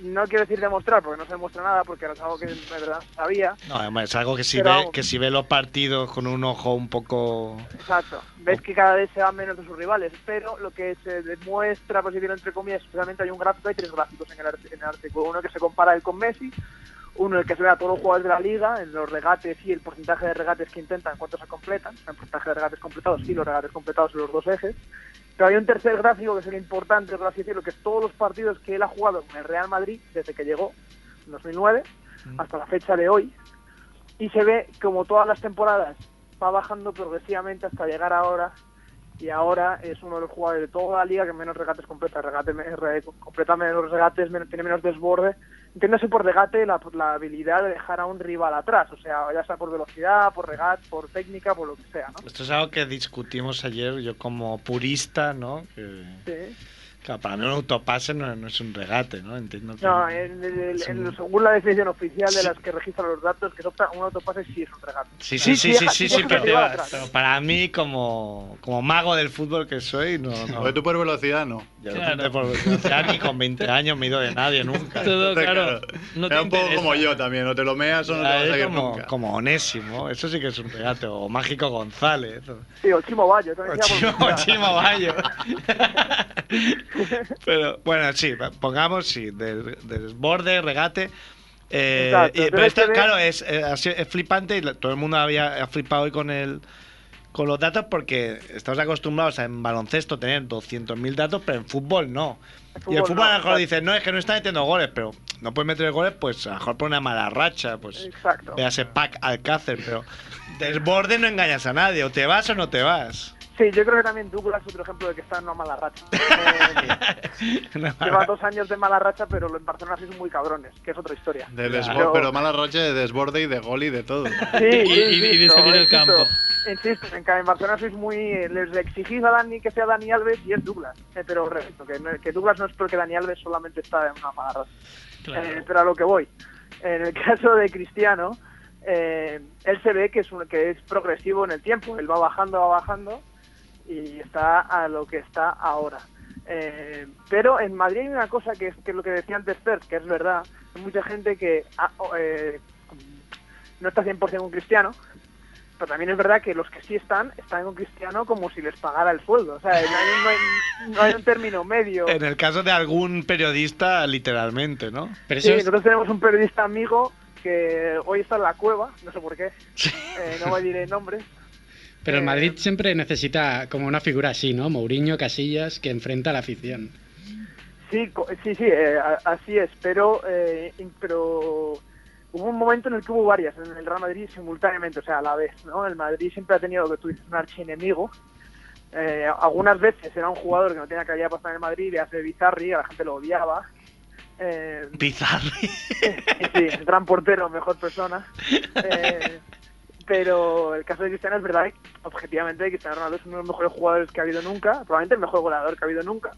[SPEAKER 10] no quiero decir demostrar, porque no se demuestra nada, porque era algo que de verdad sabía.
[SPEAKER 1] No, hombre, es algo que si,
[SPEAKER 10] Pero
[SPEAKER 1] ve,
[SPEAKER 10] vamos.
[SPEAKER 1] que si ve los partidos con un ojo un poco.
[SPEAKER 10] Exacto. Ves que cada vez se van menos de sus rivales, pero lo que se demuestra, por así decirlo, entre comillas, especialmente hay un gráfico, hay tres gráficos en el, art- en el artículo. Uno que se compara él con Messi, uno en el que se ve a todos los jugadores de la liga, en los regates y el porcentaje de regates que intentan, cuánto se completan, el porcentaje de regates completados y los regates completados en los dos ejes. Pero hay un tercer gráfico que es el importante, por así decirlo, que es todos los partidos que él ha jugado con el Real Madrid desde que llegó en 2009 hasta la fecha de hoy. Y se ve como todas las temporadas va bajando progresivamente hasta llegar ahora. Y ahora es uno de los jugadores de toda la liga que menos regates completa. Regate, me- re- completa menos regates, men- tiene menos desborde. Entiéndase por regate la, la habilidad de dejar a un rival atrás. O sea, ya sea por velocidad, por regate, por técnica, por lo que sea, ¿no?
[SPEAKER 1] Esto es algo que discutimos ayer, yo como purista, ¿no? Que,
[SPEAKER 10] Sí.
[SPEAKER 1] claro, para mí un autopase no, no es un regate, ¿no? Entiendo que.
[SPEAKER 10] No, en- en-
[SPEAKER 1] es
[SPEAKER 10] en-
[SPEAKER 1] un-
[SPEAKER 10] según la definición oficial de
[SPEAKER 1] Sí.
[SPEAKER 10] las que registran los datos, que es opta- un autopase sí es un regate.
[SPEAKER 1] Sí, sí, sí, sí,
[SPEAKER 10] deja-
[SPEAKER 1] sí,
[SPEAKER 10] deja
[SPEAKER 1] sí,
[SPEAKER 10] que
[SPEAKER 1] pero,
[SPEAKER 10] te va atrás.
[SPEAKER 1] pero para mí, como, como mago del fútbol que soy, no. no.
[SPEAKER 3] Porque tú por velocidad no.
[SPEAKER 1] Yo
[SPEAKER 11] Claro.
[SPEAKER 1] no te puedo denunciar, ni con 20 años me he ido de nadie nunca.
[SPEAKER 11] Todo
[SPEAKER 3] Entonces,
[SPEAKER 11] claro. No
[SPEAKER 3] era
[SPEAKER 11] te
[SPEAKER 3] un poco
[SPEAKER 11] interesa.
[SPEAKER 3] como yo también, o te lo meas o no te
[SPEAKER 1] Ah,
[SPEAKER 3] vas a
[SPEAKER 1] es
[SPEAKER 3] ir
[SPEAKER 1] como,
[SPEAKER 3] nunca.
[SPEAKER 1] como Onésimo, eso sí que es un regate, o Mágico González, o
[SPEAKER 10] Sí, o Chimo Bayo. también se llama
[SPEAKER 1] Chimo,
[SPEAKER 10] por-
[SPEAKER 1] o Chimo Bayo. Pero bueno, sí, pongamos, sí, del, del borde, regate. Eh,
[SPEAKER 10] Exacto,
[SPEAKER 1] y- pero
[SPEAKER 10] pero
[SPEAKER 1] esto,
[SPEAKER 10] este de-
[SPEAKER 1] claro, es, eh, ha sido- es flipante y la- todo el mundo había ha flipado hoy con el con los datos porque estamos acostumbrados a en baloncesto tener 200.000 datos, pero en fútbol no. y el
[SPEAKER 10] fútbol
[SPEAKER 1] fútbol
[SPEAKER 10] no,
[SPEAKER 1] a lo mejor
[SPEAKER 10] exacto.
[SPEAKER 1] dice, no, es que no está metiendo goles, pero no puedes meter goles, pues a lo mejor por una mala racha, pues
[SPEAKER 10] Exacto.
[SPEAKER 1] veas pack Alcácer, pero del borde no engañas a nadie, o te vas o no te vas.
[SPEAKER 10] Sí, yo creo que también Douglas es otro ejemplo de que está en una mala racha. Eh,
[SPEAKER 1] Una mala-
[SPEAKER 10] lleva dos años de mala racha, pero en Barcelona sí son muy cabrones, que es otra historia.
[SPEAKER 3] De desbor-
[SPEAKER 10] Pero-
[SPEAKER 3] pero mala racha de desborde y de gol y de todo.
[SPEAKER 10] Sí,
[SPEAKER 11] Y- y- y de
[SPEAKER 10] insisto,
[SPEAKER 11] salir al
[SPEAKER 10] insisto.
[SPEAKER 11] campo.
[SPEAKER 10] insisto en que en Barcelona sois muy. eh, Les exigís a Dani que sea Dani Alves y es Douglas. Eh, pero repito, que, no- que Douglas no es porque Dani Alves solamente está en una parada. Eh, pero a lo que voy. En el caso de Cristiano, eh, él se ve que es, un- que es progresivo en el tiempo. Él va bajando, va bajando y está a lo que está ahora. Eh, pero en Madrid hay una cosa que es, que es lo que decía antes Fer, que es verdad. Hay mucha gente que ah, oh, eh, no está 100% con Cristiano, pero también es verdad que los que sí están, están con Cristiano como si les pagara el sueldo. O sea, no hay, no hay- no hay un término medio.
[SPEAKER 9] En el caso de algún periodista, literalmente, ¿no?
[SPEAKER 10] Sí, nosotros tenemos un periodista amigo que hoy está en la cueva, no sé por qué, eh, no me diré nombres. Eh,
[SPEAKER 8] Pero el Madrid siempre necesita como una figura así, ¿no? Mourinho, Casillas, que enfrenta a la afición.
[SPEAKER 10] Sí, co- sí, sí, eh, a- así es, pero, eh, in- pero hubo un momento en el que hubo varias en el Real Madrid simultáneamente, o sea, a la vez, ¿no? El Madrid siempre ha tenido, lo que tú dices, un archienemigo. Eh, algunas veces era un jugador que no tenía calidad para estar en el Madrid, le hace Bizarri, a la gente lo odiaba. Eh,
[SPEAKER 9] Bizarri.
[SPEAKER 10] sí, gran portero, mejor persona. Eh, pero el caso de Cristiano es verdad, que, objetivamente Cristiano Ronaldo es uno de los mejores jugadores que ha habido nunca, probablemente el mejor goleador que ha habido nunca.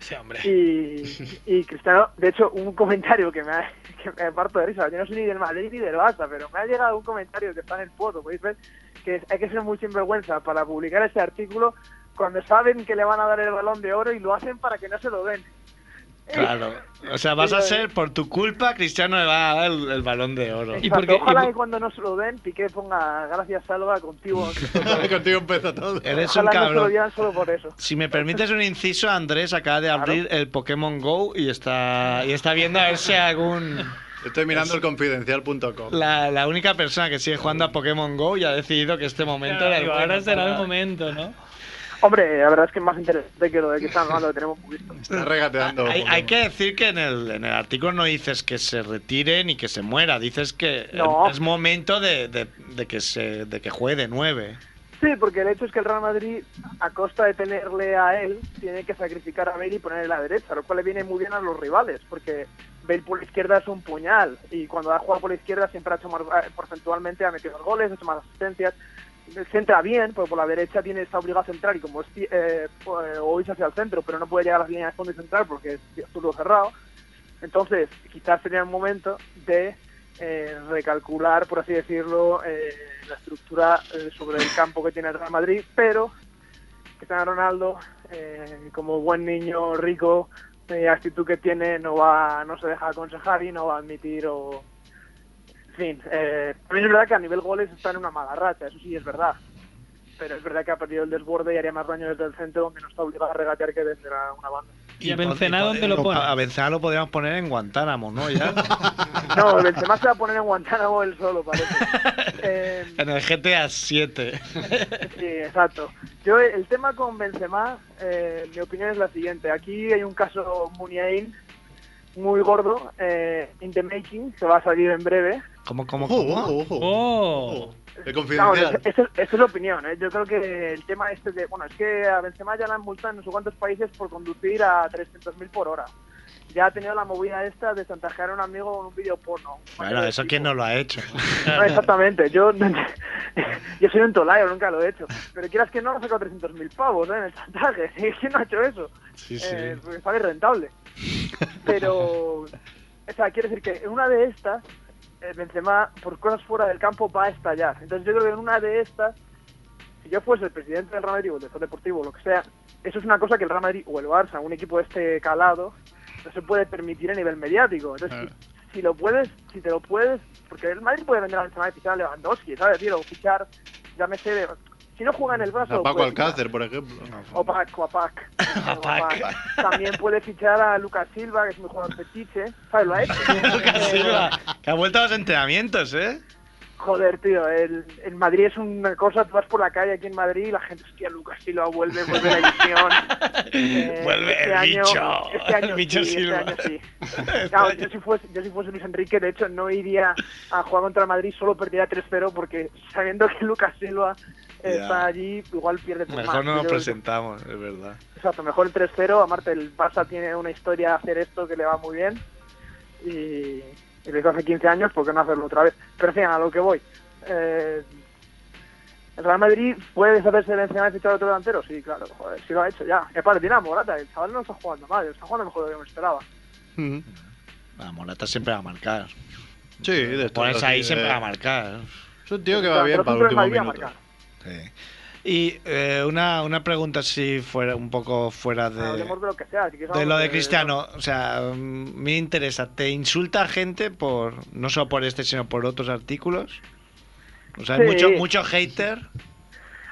[SPEAKER 9] Sí, hombre.
[SPEAKER 10] Y, y Cristiano, de hecho, un comentario que me, ha- que me parto de risa, yo no soy ni del Madrid ni del Barça, pero me ha llegado un comentario que está en el foto, podéis ver, que es- hay que ser muy sinvergüenza para publicar este artículo cuando saben que le van a dar el balón de oro y lo hacen para que no se lo den.
[SPEAKER 9] Claro. O sea, vas a ser, por tu culpa, Cristiano le va a dar el, el balón de oro.
[SPEAKER 10] Exacto, Ojalá que cuando no se lo den, Piqué ponga gracias, Salva, contigo.
[SPEAKER 3] Contigo empezó todo.
[SPEAKER 9] Eres un
[SPEAKER 10] Ojalá no se lo
[SPEAKER 9] cabrón.
[SPEAKER 10] dieran solo por eso.
[SPEAKER 9] Si me permites un inciso, Andrés acaba de abrir el Pokémon Go y está, y está viendo a ver si algún.
[SPEAKER 3] Estoy mirando el confidencial.com.
[SPEAKER 9] La, la única persona que sigue jugando a Pokémon Go y ha decidido que este momento
[SPEAKER 2] Claro,
[SPEAKER 9] era
[SPEAKER 2] digo,
[SPEAKER 9] bueno
[SPEAKER 2] ahora será el
[SPEAKER 9] para-
[SPEAKER 2] momento, ¿no?
[SPEAKER 10] Hombre, la verdad es que es más interesante que lo de que están hablando, que tenemos visto.
[SPEAKER 3] Está regateando.
[SPEAKER 9] Hay,
[SPEAKER 3] Pokémon.
[SPEAKER 9] hay que decir que en el, en el artículo no dices que se retire ni que se muera, dices que
[SPEAKER 10] No.
[SPEAKER 9] es momento de, de- de que se, de que juegue de nueve.
[SPEAKER 10] Sí, porque el hecho es que el Real Madrid, a costa de tenerle a él, tiene que sacrificar a Bale y ponerle a la derecha, lo cual le viene muy bien a los rivales, porque Bale por la izquierda es un puñal, y cuando ha jugado por la izquierda siempre ha hecho más, eh, porcentualmente, ha metido los goles, ha hecho más asistencias, centra bien, pero por la derecha tiene esta obligada a centrar, y como es, ci- eh, po- eh, Ois hacia el centro, pero no puede llegar a las líneas de fondo y central porque es todo cerrado, entonces quizás sería el momento de eh, recalcular, por así decirlo, eh, la estructura eh, sobre el campo que tiene el Real Madrid, pero Cristiano Ronaldo, eh, como buen niño rico, eh, actitud que tiene, no va, no se deja aconsejar y no va a admitir o... En fin, eh, también es verdad que a nivel goles está en una mala racha, eso sí es verdad. Pero es verdad que ha perdido el desborde y haría más daño desde el centro, donde no está obligado a regatear que desde la- una banda.
[SPEAKER 2] ¿Y a Benzema dónde lo pone?
[SPEAKER 9] A a Benzema lo podríamos poner en Guantánamo, ¿no? Ya.
[SPEAKER 10] No, Benzema se va a poner en Guantánamo él solo, parece. Eh,
[SPEAKER 9] en el GTA 7.
[SPEAKER 10] Sí, exacto. Yo, eh, el tema con Benzema, eh, mi opinión es la siguiente. Aquí hay un caso Muniain muy gordo, eh, in the making, que va a salir en breve.
[SPEAKER 9] ¿Cómo, cómo,
[SPEAKER 1] Oh,
[SPEAKER 3] Ojo,
[SPEAKER 9] cómo?
[SPEAKER 3] ojo, ojo.
[SPEAKER 2] ¡Oh!
[SPEAKER 3] El
[SPEAKER 10] Vamos,
[SPEAKER 3] confidencial.
[SPEAKER 10] esta es, esto es la opinión, ¿eh? Yo creo que el tema este de... Bueno, es que a Benzema ya la han multado en no sé cuántos países por conducir a 300.000 por hora. Ya ha tenido la movida esta de chantajear a un amigo con un vídeo porno.
[SPEAKER 9] Bueno, eso quién no lo ha hecho.
[SPEAKER 10] No, exactamente. Yo, yo soy un tolayo, nunca lo he hecho. Pero quieras que no, ha sacado 300.000 pavos ¿eh? en el chantaje. ¿Quién no ha hecho eso?
[SPEAKER 9] Sí, sí.
[SPEAKER 10] Eh, porque sale rentable. Pero, o sea, quiero decir que en una de estas, eh, Benzema, por cosas fuera del campo, va a estallar. Entonces yo creo que en una de estas, si yo fuese el presidente del Real Madrid o el director deportivo o lo que sea, eso es una cosa que el Real Madrid o el Barça, un equipo de este calado, no se puede permitir a nivel mediático. Entonces, si, si lo puedes, si te lo puedes, porque el Madrid puede vender a Benzema y fichar a Lewandowski, ¿sabes? Tío, o fichar, llámese, de- si no juega en el Barça... pues,
[SPEAKER 3] A
[SPEAKER 10] lo
[SPEAKER 3] Paco
[SPEAKER 10] puede fichar.
[SPEAKER 3] Alcácer, por ejemplo.
[SPEAKER 10] O Pac, o a Pac. O a
[SPEAKER 9] Pac.
[SPEAKER 10] Pac. También puede fichar a Lucas Silva, que es mi jugador fetiche. ¿Sabes? Lo ha hecho.
[SPEAKER 9] Lucas
[SPEAKER 10] Eh,
[SPEAKER 9] Silva, que ha vuelto a los entrenamientos, ¿eh?
[SPEAKER 10] Joder, tío. El, en Madrid es una cosa. Tú vas por la calle aquí en Madrid y la gente, hostia, Lucas Silva vuelve, vuelve la edición.
[SPEAKER 9] Vuelve el bicho,
[SPEAKER 10] Este año
[SPEAKER 9] el bicho
[SPEAKER 10] sí,
[SPEAKER 9] Silva.
[SPEAKER 10] Este año sí. Claro, yo, si fuese, yo si fuese Luis Enrique, de hecho, no iría a jugar contra el Madrid, solo perdería 3-0, porque sabiendo que Lucas Silva eh,
[SPEAKER 9] Ya.
[SPEAKER 10] está allí, igual pierde por
[SPEAKER 9] Mejor
[SPEAKER 10] más.
[SPEAKER 9] no
[SPEAKER 10] Yo
[SPEAKER 9] nos
[SPEAKER 10] creo que-
[SPEAKER 9] presentamos, es verdad.
[SPEAKER 10] Exacto, mejor el 3-0. Aparte, el Barça tiene una historia de hacer esto que le va muy bien. Y, y lo hizo hace 15 años, ¿por qué no hacerlo otra vez? Pero en fin, a lo que voy. Eh, El Real Madrid puede deshacerse de Benzema y fichar otro delantero. Sí, claro, joder, sí lo ha hecho ya. Y aparte, tiene a Morata, el chaval no está jugando mal, está jugando mejor de lo que me esperaba.
[SPEAKER 1] La Morata siempre va a marcar.
[SPEAKER 3] Sí, de estos
[SPEAKER 1] Pones
[SPEAKER 3] dos,
[SPEAKER 1] ahí
[SPEAKER 3] sí,
[SPEAKER 1] siempre
[SPEAKER 3] de-
[SPEAKER 1] va a marcar.
[SPEAKER 3] Es un tío
[SPEAKER 10] que va bien Pero para el siempre último va a minuto.
[SPEAKER 1] Sí. Y eh, una, una pregunta si fuera un poco fuera de,
[SPEAKER 10] Ah, Hablemos de lo que sea. si quieres
[SPEAKER 1] de lo
[SPEAKER 10] hablamos
[SPEAKER 1] de Cristiano. O sea, mm, me interesa. ¿Te insulta gente por no solo por este, sino por otros artículos? O sea, hay
[SPEAKER 10] Sí.
[SPEAKER 1] mucho, mucho hater.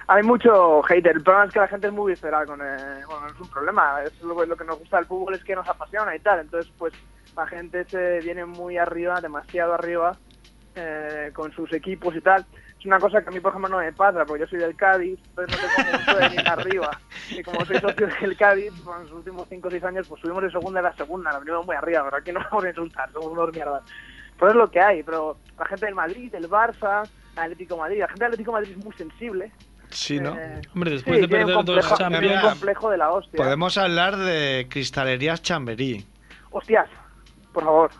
[SPEAKER 10] Hay mucho hater. El problema es que la gente es muy visceral con eh, Bueno, no es un problema. Es lo, lo que nos gusta del fútbol es que nos apasiona y tal. Entonces, pues, la gente se viene muy arriba, demasiado arriba, eh, con sus equipos y tal. Es una cosa que a mí, por ejemplo, no me pasa, porque yo soy del Cádiz, entonces no tengo mucho de ir arriba. Y como soy socio del Cádiz, pues, en los últimos 5 o 6 años, pues subimos de segunda a la segunda, la venimos muy arriba, pero aquí no vamos a insultar, somos unos mierdas. Pues es lo que hay, pero la gente del Madrid, del Barça, Atlético de Madrid, la gente del Atlético de Madrid es muy sensible,
[SPEAKER 1] Sí, ¿no?
[SPEAKER 10] eh,
[SPEAKER 12] Hombre, después de
[SPEAKER 10] tiene
[SPEAKER 12] perder
[SPEAKER 10] un complejo,
[SPEAKER 12] dos
[SPEAKER 10] tiene un
[SPEAKER 12] Champions.
[SPEAKER 10] complejo de la hostia.
[SPEAKER 1] Podemos hablar de cristalerías chamberí.
[SPEAKER 10] Hostias, por favor.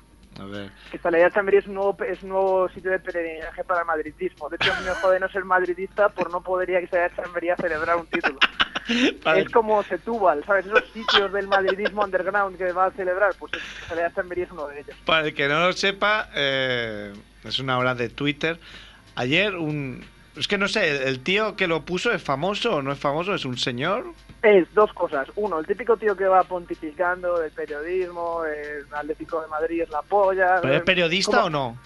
[SPEAKER 1] A ver.
[SPEAKER 10] Que Saladía Chamberí es un nuevo, pe- es un nuevo sitio de peregrinaje para el madridismo. De hecho, a mí me jode no ser madridista por no poder ir a Saladía Chamberí a celebrar un título. Es como Setúbal, ¿sabes? Esos sitios del madridismo underground que va a celebrar, pues Saladía Chamberí es uno de ellos.
[SPEAKER 1] Para el que no lo sepa, eh, es una hora de Twitter. Ayer un... Es que no sé, ¿el tío que lo puso es famoso o no es famoso? ¿Es un señor?
[SPEAKER 10] Es dos cosas. Uno, el típico tío que va pontificando del periodismo, el Atlético de Madrid es la polla.
[SPEAKER 1] ¿Pero es periodista
[SPEAKER 10] ¿Cómo?
[SPEAKER 1] o no?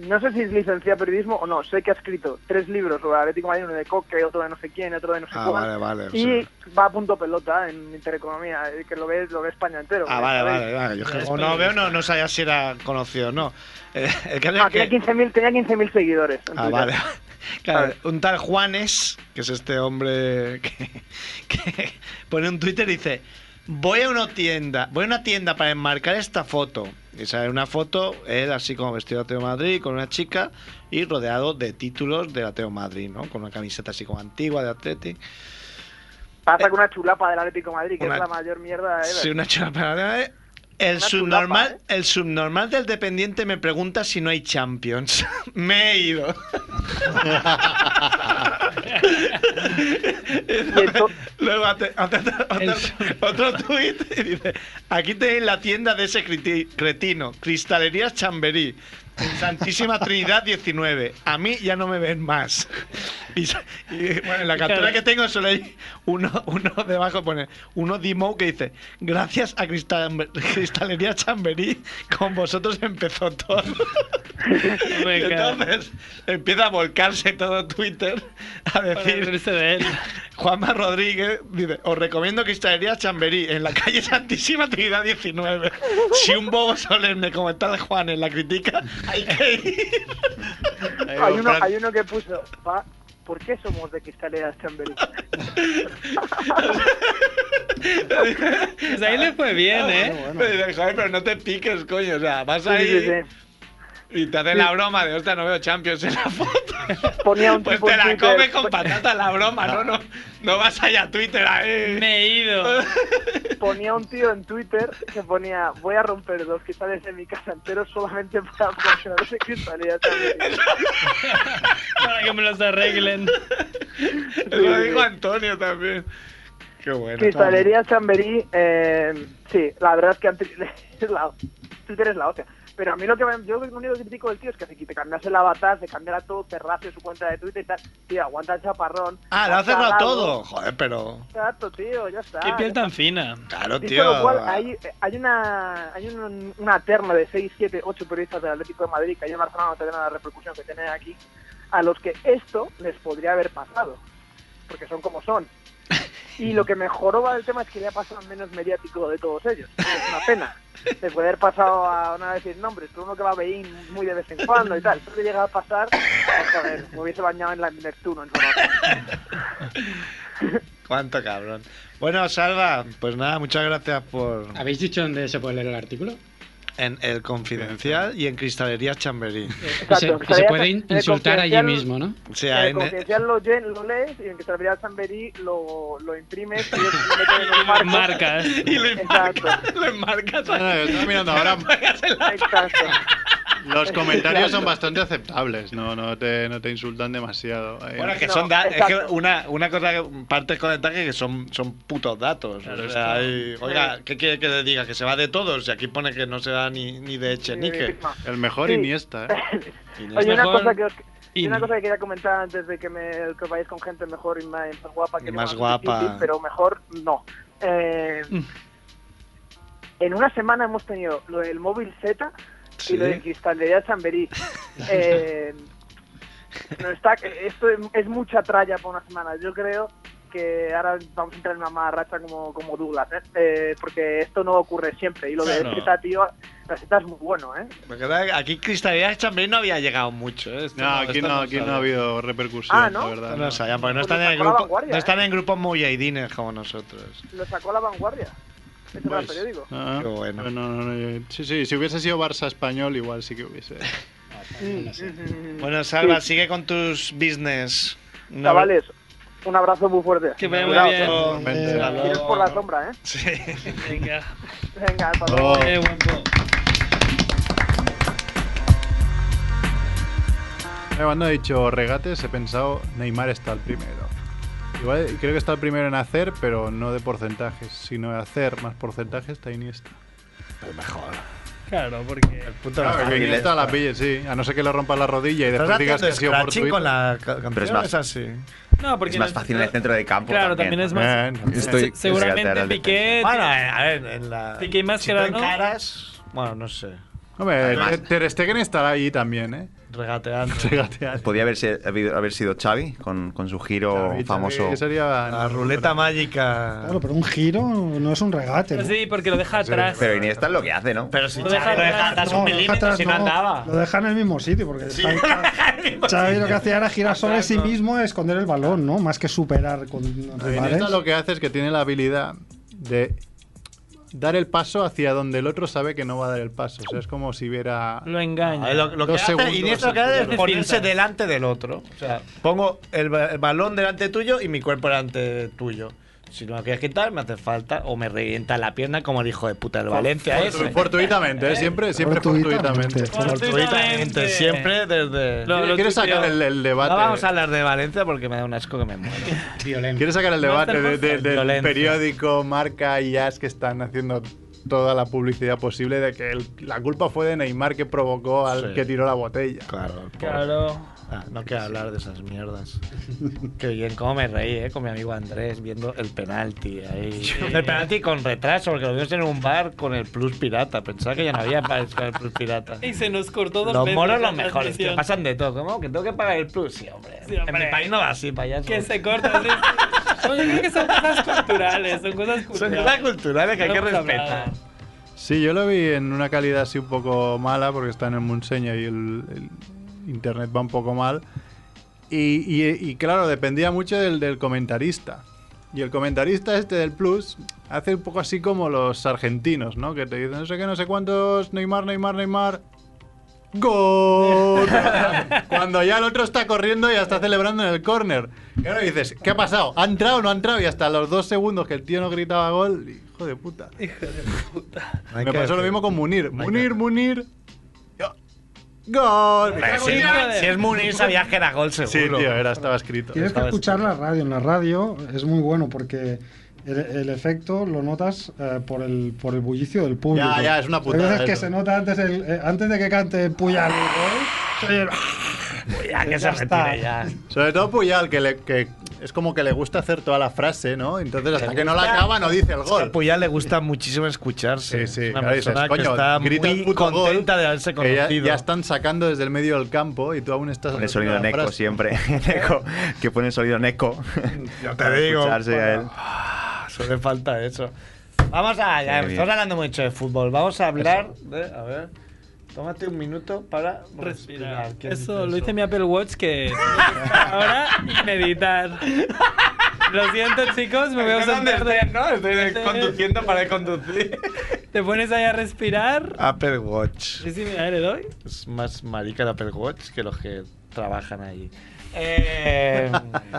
[SPEAKER 10] No sé si es licenciado en periodismo o no. Sé que ha escrito tres libros sobre Atlético de Madrid, uno de Coque, otro de no sé quién, otro de no sé
[SPEAKER 1] Ah,
[SPEAKER 10] cuál.
[SPEAKER 1] vale, vale. o sea.
[SPEAKER 10] Y va a punto pelota en Intereconomía, eh, que lo ve, lo ve España entero.
[SPEAKER 1] Ah,
[SPEAKER 10] eh,
[SPEAKER 1] vale,
[SPEAKER 10] ¿sabéis?
[SPEAKER 1] vale, vale. Yo
[SPEAKER 10] No
[SPEAKER 1] que-
[SPEAKER 10] es
[SPEAKER 1] o no veo, no, no sabía si era conocido o no. Eh, el caso es
[SPEAKER 10] Ah,
[SPEAKER 1] que-
[SPEAKER 10] tenía 15.000 tenía 15.000 seguidores. en
[SPEAKER 1] Ah,
[SPEAKER 10] Twitter.
[SPEAKER 1] vale. Claro, un tal Juanes, que es este hombre que, eh, que pone un Twitter y dice, voy a una tienda, voy a una tienda para enmarcar esta foto. Y sale una foto, él así como vestido de Ateo Madrid, con una chica y rodeado de títulos de Ateo Madrid, ¿no? Con una camiseta así como antigua de Atleti.
[SPEAKER 10] Pasa con una chulapa del Atlético de Madrid, que
[SPEAKER 1] Una-
[SPEAKER 10] es la mayor mierda de
[SPEAKER 1] Sí, una chula para nadie. El
[SPEAKER 10] Una ¿eh?
[SPEAKER 1] subnormal, el subnormal del dependiente me pregunta si no hay Champions. me he ido. Luego hace, hace otro, otro- otro tuit y dice, aquí tenéis la tienda de ese criti- cretino, Cristalerías Chamberí, en Santísima Trinidad 19. A mí ya no me ven más. Y, sa- y, bueno, en la captura
[SPEAKER 12] Claro.
[SPEAKER 1] que tengo solo hay uno, uno debajo, pone uno Dimo que dice, gracias a Cristal- Cristalería Chamberí, con vosotros empezó todo. Y entonces empieza a volcarse todo Twitter a decir... Juanma Rodríguez dice, os recomiendo Cristalería Chamberí en la calle Santísima Trinidad 19. Si un bobo solemne como el tal Juan en la critica, hay que ir.
[SPEAKER 10] verdad. Hay uno, hay uno que puso, "Pa, ¿por qué somos de cristaleras Chamberí?
[SPEAKER 2] Desde ahí le fue
[SPEAKER 1] Ah,
[SPEAKER 2] bien, ¿eh?
[SPEAKER 1] Pero dice, joder, pero no te piques, coño. O sea, vas ahí
[SPEAKER 10] Sí, sí, sí.
[SPEAKER 1] y te hacen la broma de, hostia, no veo Champions en la foto.
[SPEAKER 10] Ponía un
[SPEAKER 1] Pues
[SPEAKER 10] tipo
[SPEAKER 1] te
[SPEAKER 10] en
[SPEAKER 1] la
[SPEAKER 10] Twitter,
[SPEAKER 1] comes con patata la broma, ¿no? No, no vas allá a Twitter ahí.
[SPEAKER 2] Me he ido.
[SPEAKER 10] ponía un tío en Twitter que ponía, voy a romper los cristales de mi casa entero solamente para proporcionar de cristaleras Chamberí.
[SPEAKER 2] Para que me los arreglen.
[SPEAKER 1] Lo dijo Antonio también. Qué bueno.
[SPEAKER 10] Cristalería Chamberí, eh, sí, la verdad es que antes, es la- Twitter es la hostia. Pero a mí lo que me, yo lo único que critico del tío es que si te cambias el avatar, se cambiara todo, te racia su cuenta de Twitter y tal, tío, aguanta el chaparrón.
[SPEAKER 1] Ah, lo ha
[SPEAKER 10] aguanta
[SPEAKER 1] cerrado
[SPEAKER 10] Gago.
[SPEAKER 1] todo. Joder, pero.
[SPEAKER 10] Exacto, tío, ya está.
[SPEAKER 12] Qué piel
[SPEAKER 10] ya
[SPEAKER 12] tan fina.
[SPEAKER 1] Claro,
[SPEAKER 10] Dicho lo
[SPEAKER 1] tío.
[SPEAKER 10] cual, hay, hay una hay un- una terna de 6, 7, 8 periodistas del Atlético de Madrid que allá en Barcelona no tendrán la repercusión que tienen aquí, a los que esto les podría haber pasado, porque son como son. Y lo que me joroba del tema es que le ha pasado al menos mediático de todos ellos. Es una pena. Les puede haber pasado a no decir nombres, pero uno que va a Beín muy de vez en cuando y tal. Esto le llega a pasar, pues, joder, me hubiese bañado en la Neptuno en su honor.
[SPEAKER 1] Cuánto cabrón. Bueno, Salva, pues nada, muchas gracias por.
[SPEAKER 13] Ah.
[SPEAKER 8] ¿Habéis dicho dónde se puede leer el artículo?
[SPEAKER 1] En el Confidencial y en Cristalerías Chamberí.
[SPEAKER 8] Que se, que se puede in-
[SPEAKER 10] En el
[SPEAKER 8] insultar allí
[SPEAKER 10] Confidencial-
[SPEAKER 8] mismo, ¿no?
[SPEAKER 1] O
[SPEAKER 10] En
[SPEAKER 1] sea,
[SPEAKER 10] el
[SPEAKER 1] en,
[SPEAKER 10] confidencial lo, llen- lo lees y en que te abrirá Chamberí lo, lo imprimes y lo metes en un marco.
[SPEAKER 12] Marcas.
[SPEAKER 1] y lo
[SPEAKER 10] Exacto,
[SPEAKER 1] enmarcas, lo enmarcas
[SPEAKER 3] No, no, yo estaba mirando ahora.
[SPEAKER 1] Pagas el-
[SPEAKER 10] exacto.
[SPEAKER 3] Los comentarios son bastante aceptables, no, no, te, no te insultan demasiado. Eh,
[SPEAKER 1] Bueno, es que son da- es que una, una cosa que parte del comentario es que son, son putos datos. o sea,
[SPEAKER 3] claro.
[SPEAKER 1] y- oiga, ¿qué quiere que le diga? Que se va de todos y aquí pone que no se da ni, ni de
[SPEAKER 10] Ni de
[SPEAKER 1] Echenique.
[SPEAKER 10] firma.
[SPEAKER 3] El mejor
[SPEAKER 10] Sí.
[SPEAKER 3] Iniesta, ¿eh?
[SPEAKER 1] Iniesta.
[SPEAKER 10] Oye, una
[SPEAKER 1] Mejor
[SPEAKER 10] cosa, que, os-
[SPEAKER 1] Ini.
[SPEAKER 10] una cosa que quería comentar antes de que, me, que os vayáis con gente mejor y más, más guapa. Que
[SPEAKER 1] Y más
[SPEAKER 10] no,
[SPEAKER 1] guapa.
[SPEAKER 10] difícil, pero mejor no. Eh, en una semana hemos tenido lo del móvil Z
[SPEAKER 1] Sí.
[SPEAKER 10] y lo de cristalería Chamberí. Eh, no está, esto es, es mucha tralla para una semana. Yo creo que ahora vamos a entrar en una mala racha como, como Douglas, ¿eh? Eh, porque esto no ocurre siempre. Y lo de
[SPEAKER 1] Claro.
[SPEAKER 10] Z, tío, la Z es muy bueno, ¿eh.
[SPEAKER 1] Me queda- Aquí Cristalidad también no había llegado mucho. ¿eh? Esto
[SPEAKER 3] No, aquí
[SPEAKER 1] esto
[SPEAKER 3] no, aquí
[SPEAKER 1] sabe.
[SPEAKER 3] no ha habido repercusión,
[SPEAKER 10] Ah, ¿no?
[SPEAKER 3] la verdad.
[SPEAKER 1] Esto No, sabía, porque no
[SPEAKER 10] Porque
[SPEAKER 1] están, en el
[SPEAKER 10] sacó la
[SPEAKER 1] grupo,
[SPEAKER 10] vanguardia,
[SPEAKER 1] no están en grupos mujahidines como nosotros.
[SPEAKER 10] Lo sacó la vanguardia. Este era el
[SPEAKER 3] Pues,
[SPEAKER 10] periódico.
[SPEAKER 3] ah,
[SPEAKER 1] Qué bueno.
[SPEAKER 3] no, no, no, eh, sí, sí, si hubiese sido Barça español, igual sí que hubiese.
[SPEAKER 10] Mm,
[SPEAKER 1] Bueno, Salva, sigue con tus business. Una-
[SPEAKER 10] Chavales, un abrazo muy fuerte.
[SPEAKER 1] Que vaya muy
[SPEAKER 10] Cuidado.
[SPEAKER 1] bien. Igualmente.
[SPEAKER 10] Eh,
[SPEAKER 1] Hasta luego.
[SPEAKER 10] Tienes por la sombra, ¿eh?
[SPEAKER 1] Sí.
[SPEAKER 10] Venga. Venga, hasta luego.
[SPEAKER 1] Oh. Eh, buen
[SPEAKER 3] Eh, Cuando he dicho regates, he pensado Neymar está el primero. Igual creo que está el primero en hacer, pero no de porcentajes, sino de hacer más porcentajes, está Iniesta.
[SPEAKER 1] mejor.
[SPEAKER 2] Claro, porque. El
[SPEAKER 1] puto
[SPEAKER 3] Claro, que Iniesta la pille, sí. A no ser que le rompa la rodilla y después digas que ha sido por Twitter.
[SPEAKER 1] canción?
[SPEAKER 5] es más-
[SPEAKER 1] así.
[SPEAKER 2] No, porque
[SPEAKER 5] es más
[SPEAKER 2] no-
[SPEAKER 5] fácil en el centro de campo.
[SPEAKER 2] Claro, también es más-
[SPEAKER 5] Bien, también.
[SPEAKER 2] Estoy-
[SPEAKER 5] Se-
[SPEAKER 2] seguramente
[SPEAKER 5] se- se-
[SPEAKER 2] Piqué-
[SPEAKER 1] Bueno, a ver, en la.
[SPEAKER 2] Piqué y
[SPEAKER 1] si
[SPEAKER 2] Mascherano.
[SPEAKER 1] te encaras. Bueno, no sé.
[SPEAKER 3] Hombre,
[SPEAKER 5] Además-
[SPEAKER 3] Ter- Ter Stegen estará ahí también, ¿eh?
[SPEAKER 1] Regateando.
[SPEAKER 3] Regateando.
[SPEAKER 5] Podría haberse, habido- haber sido Xavi con, con su giro famoso.
[SPEAKER 3] Xavi sería-
[SPEAKER 1] La ruleta mágica.
[SPEAKER 4] Claro, pero un giro no es un regate. ¿no?
[SPEAKER 2] Sí, porque lo deja atrás.
[SPEAKER 5] Pero Iniesta es lo que hace, ¿no?
[SPEAKER 1] Pero si
[SPEAKER 2] Lo deja Xavi lo deja atrás. atrás
[SPEAKER 4] No, lo deja atrás, no, Lo deja en el mismo sitio, porque Xavi, Xavi lo que hacía era girar sobre sí mismo y esconder el balón, ¿no? Más que superar con rivales.
[SPEAKER 3] Iniesta lo que hace es que tiene la habilidad de dar el paso hacia donde el otro sabe que no va a dar el paso. O sea, es como si viera...
[SPEAKER 2] Lo engaña.
[SPEAKER 1] A ver, lo, lo que
[SPEAKER 3] Dos
[SPEAKER 1] hace
[SPEAKER 3] segundos,
[SPEAKER 1] Iniesta lo que hace es
[SPEAKER 3] claro.
[SPEAKER 1] ponerse delante del otro. O sea, pongo el, ba- el balón delante tuyo y mi cuerpo delante tuyo. Si no me quieres quitar, me hace falta o me revienta la pierna, como dijo de puta el Valencia.
[SPEAKER 3] Fortu-
[SPEAKER 1] ese.
[SPEAKER 3] Fortuitamente, ¿eh? Siempre, siempre
[SPEAKER 4] Fortuitamente.
[SPEAKER 3] fortuitamente.
[SPEAKER 1] Fortuitamente, siempre desde.
[SPEAKER 2] Lo- lo
[SPEAKER 3] ¿Quieres sacar el, el debate?
[SPEAKER 1] No vamos a hablar de Valencia porque me da un asco que me muero.
[SPEAKER 3] ¿Quieres sacar el debate de- de- del
[SPEAKER 1] Violencia.
[SPEAKER 3] periódico, marca y as que están haciendo toda la publicidad posible de que el- la culpa fue de Neymar que provocó al
[SPEAKER 1] Sí.
[SPEAKER 3] que tiró la botella?
[SPEAKER 1] Claro, por-
[SPEAKER 2] Claro.
[SPEAKER 1] Ah, no quiero hablar de esas mierdas. Qué bien, cómo me reí, ¿eh? Con mi amigo Andrés viendo el penalti ahí. El penalti con retraso, porque lo vimos en un bar con el Plus Pirata. Pensaba que ya no había bares con el Plus Pirata.
[SPEAKER 2] Y se nos cortó dos
[SPEAKER 1] Los
[SPEAKER 2] veces
[SPEAKER 1] moros
[SPEAKER 2] la
[SPEAKER 1] los mejores, que
[SPEAKER 2] transmisión.
[SPEAKER 1] pasan de todo. ¿Cómo? Que tengo que pagar el Plus. Sí, hombre.
[SPEAKER 2] Sí, hombre.
[SPEAKER 1] En mi país no va así, payaso.
[SPEAKER 2] Que se corta. sí. Pues yo creo que son cosas culturales. Son cosas culturales.
[SPEAKER 1] Son cosas culturales que hay
[SPEAKER 2] No
[SPEAKER 1] que
[SPEAKER 2] hemos hablado.
[SPEAKER 1] respetar.
[SPEAKER 3] Sí, yo lo vi en una calidad así un poco mala porque está en el Monseña y el, el internet va un poco mal. Y, y- y claro, dependía mucho del, del comentarista. Y el comentarista este del Plus hace un poco así como los argentinos, ¿no? Que te dicen no sé qué, no sé cuántos, Neymar, Neymar, Neymar. ¡Gol! Cuando ya el otro está corriendo y ya está celebrando en el córner. Y ahora dices, ¿qué ha pasado? ¿Ha entrado o no ha entrado? Y hasta los dos segundos que el tío no gritaba gol, hijo de puta.
[SPEAKER 1] Hay
[SPEAKER 3] Me
[SPEAKER 1] que
[SPEAKER 3] pasó
[SPEAKER 1] decir-
[SPEAKER 3] lo mismo con Munir. Munir, Munir. Yo- ¡Gol!
[SPEAKER 1] Hombre, Si es- si es Munir, sabías que era gol seguro.
[SPEAKER 3] Sí, tío, era, estaba escrito.
[SPEAKER 4] Tienes que
[SPEAKER 3] Estaba
[SPEAKER 4] escuchar la radio. En la radio es muy bueno porque el, el efecto lo notas eh, por, el, por el bullicio del público.
[SPEAKER 3] Ya, ya, es una
[SPEAKER 4] Hay
[SPEAKER 3] putada
[SPEAKER 4] veces que
[SPEAKER 3] eso.
[SPEAKER 4] se nota antes, el- eh, antes de que cante Puyal.
[SPEAKER 1] Ya que se
[SPEAKER 4] Ya está.
[SPEAKER 1] retire ya.
[SPEAKER 3] Sobre todo Puyal, que, le- que es como que le gusta hacer toda la frase, ¿no? Entonces, hasta
[SPEAKER 1] Le
[SPEAKER 3] que no la
[SPEAKER 1] gusta-
[SPEAKER 3] acaba, no dice el
[SPEAKER 1] Es que
[SPEAKER 3] gol.
[SPEAKER 1] A Puyal le gusta muchísimo escucharse.
[SPEAKER 3] Sí, sí,
[SPEAKER 1] Es una
[SPEAKER 3] claro, dices,
[SPEAKER 1] persona que
[SPEAKER 3] coño,
[SPEAKER 1] está
[SPEAKER 3] grita el
[SPEAKER 1] muy
[SPEAKER 3] puto gol,
[SPEAKER 1] contenta de haberse
[SPEAKER 3] Que ya,
[SPEAKER 1] conocido.
[SPEAKER 3] ya están sacando desde el medio del campo y tú aún estás.
[SPEAKER 5] Pone
[SPEAKER 3] haciendo
[SPEAKER 5] sonido
[SPEAKER 3] la
[SPEAKER 5] en eco
[SPEAKER 3] frase.
[SPEAKER 5] siempre. En eco, que pone sonido en eco.
[SPEAKER 1] Ya
[SPEAKER 5] Para
[SPEAKER 1] te digo. ah,
[SPEAKER 5] escucharse a él.
[SPEAKER 1] Solo falta eso. Vamos a. ya,
[SPEAKER 5] Qué bien.
[SPEAKER 1] estamos hablando mucho de fútbol. Vamos a hablar de. A ver. Tómate un minuto para respirar.
[SPEAKER 2] Respirar.
[SPEAKER 1] ¿Quién
[SPEAKER 2] Eso
[SPEAKER 1] dice
[SPEAKER 2] lo hice mi Apple Watch que. Ahora meditar. Lo siento, chicos, me voy a
[SPEAKER 1] Estoy donde
[SPEAKER 2] ausentar de-
[SPEAKER 1] estés, ¿no? Estoy
[SPEAKER 2] Este-
[SPEAKER 1] conduciendo para de conducir.
[SPEAKER 2] Te pones ahí a respirar.
[SPEAKER 1] Apple Watch.
[SPEAKER 2] Sí, sí, mira, le doy.
[SPEAKER 1] Es más marica el Apple Watch que los que trabajan allí. Eh,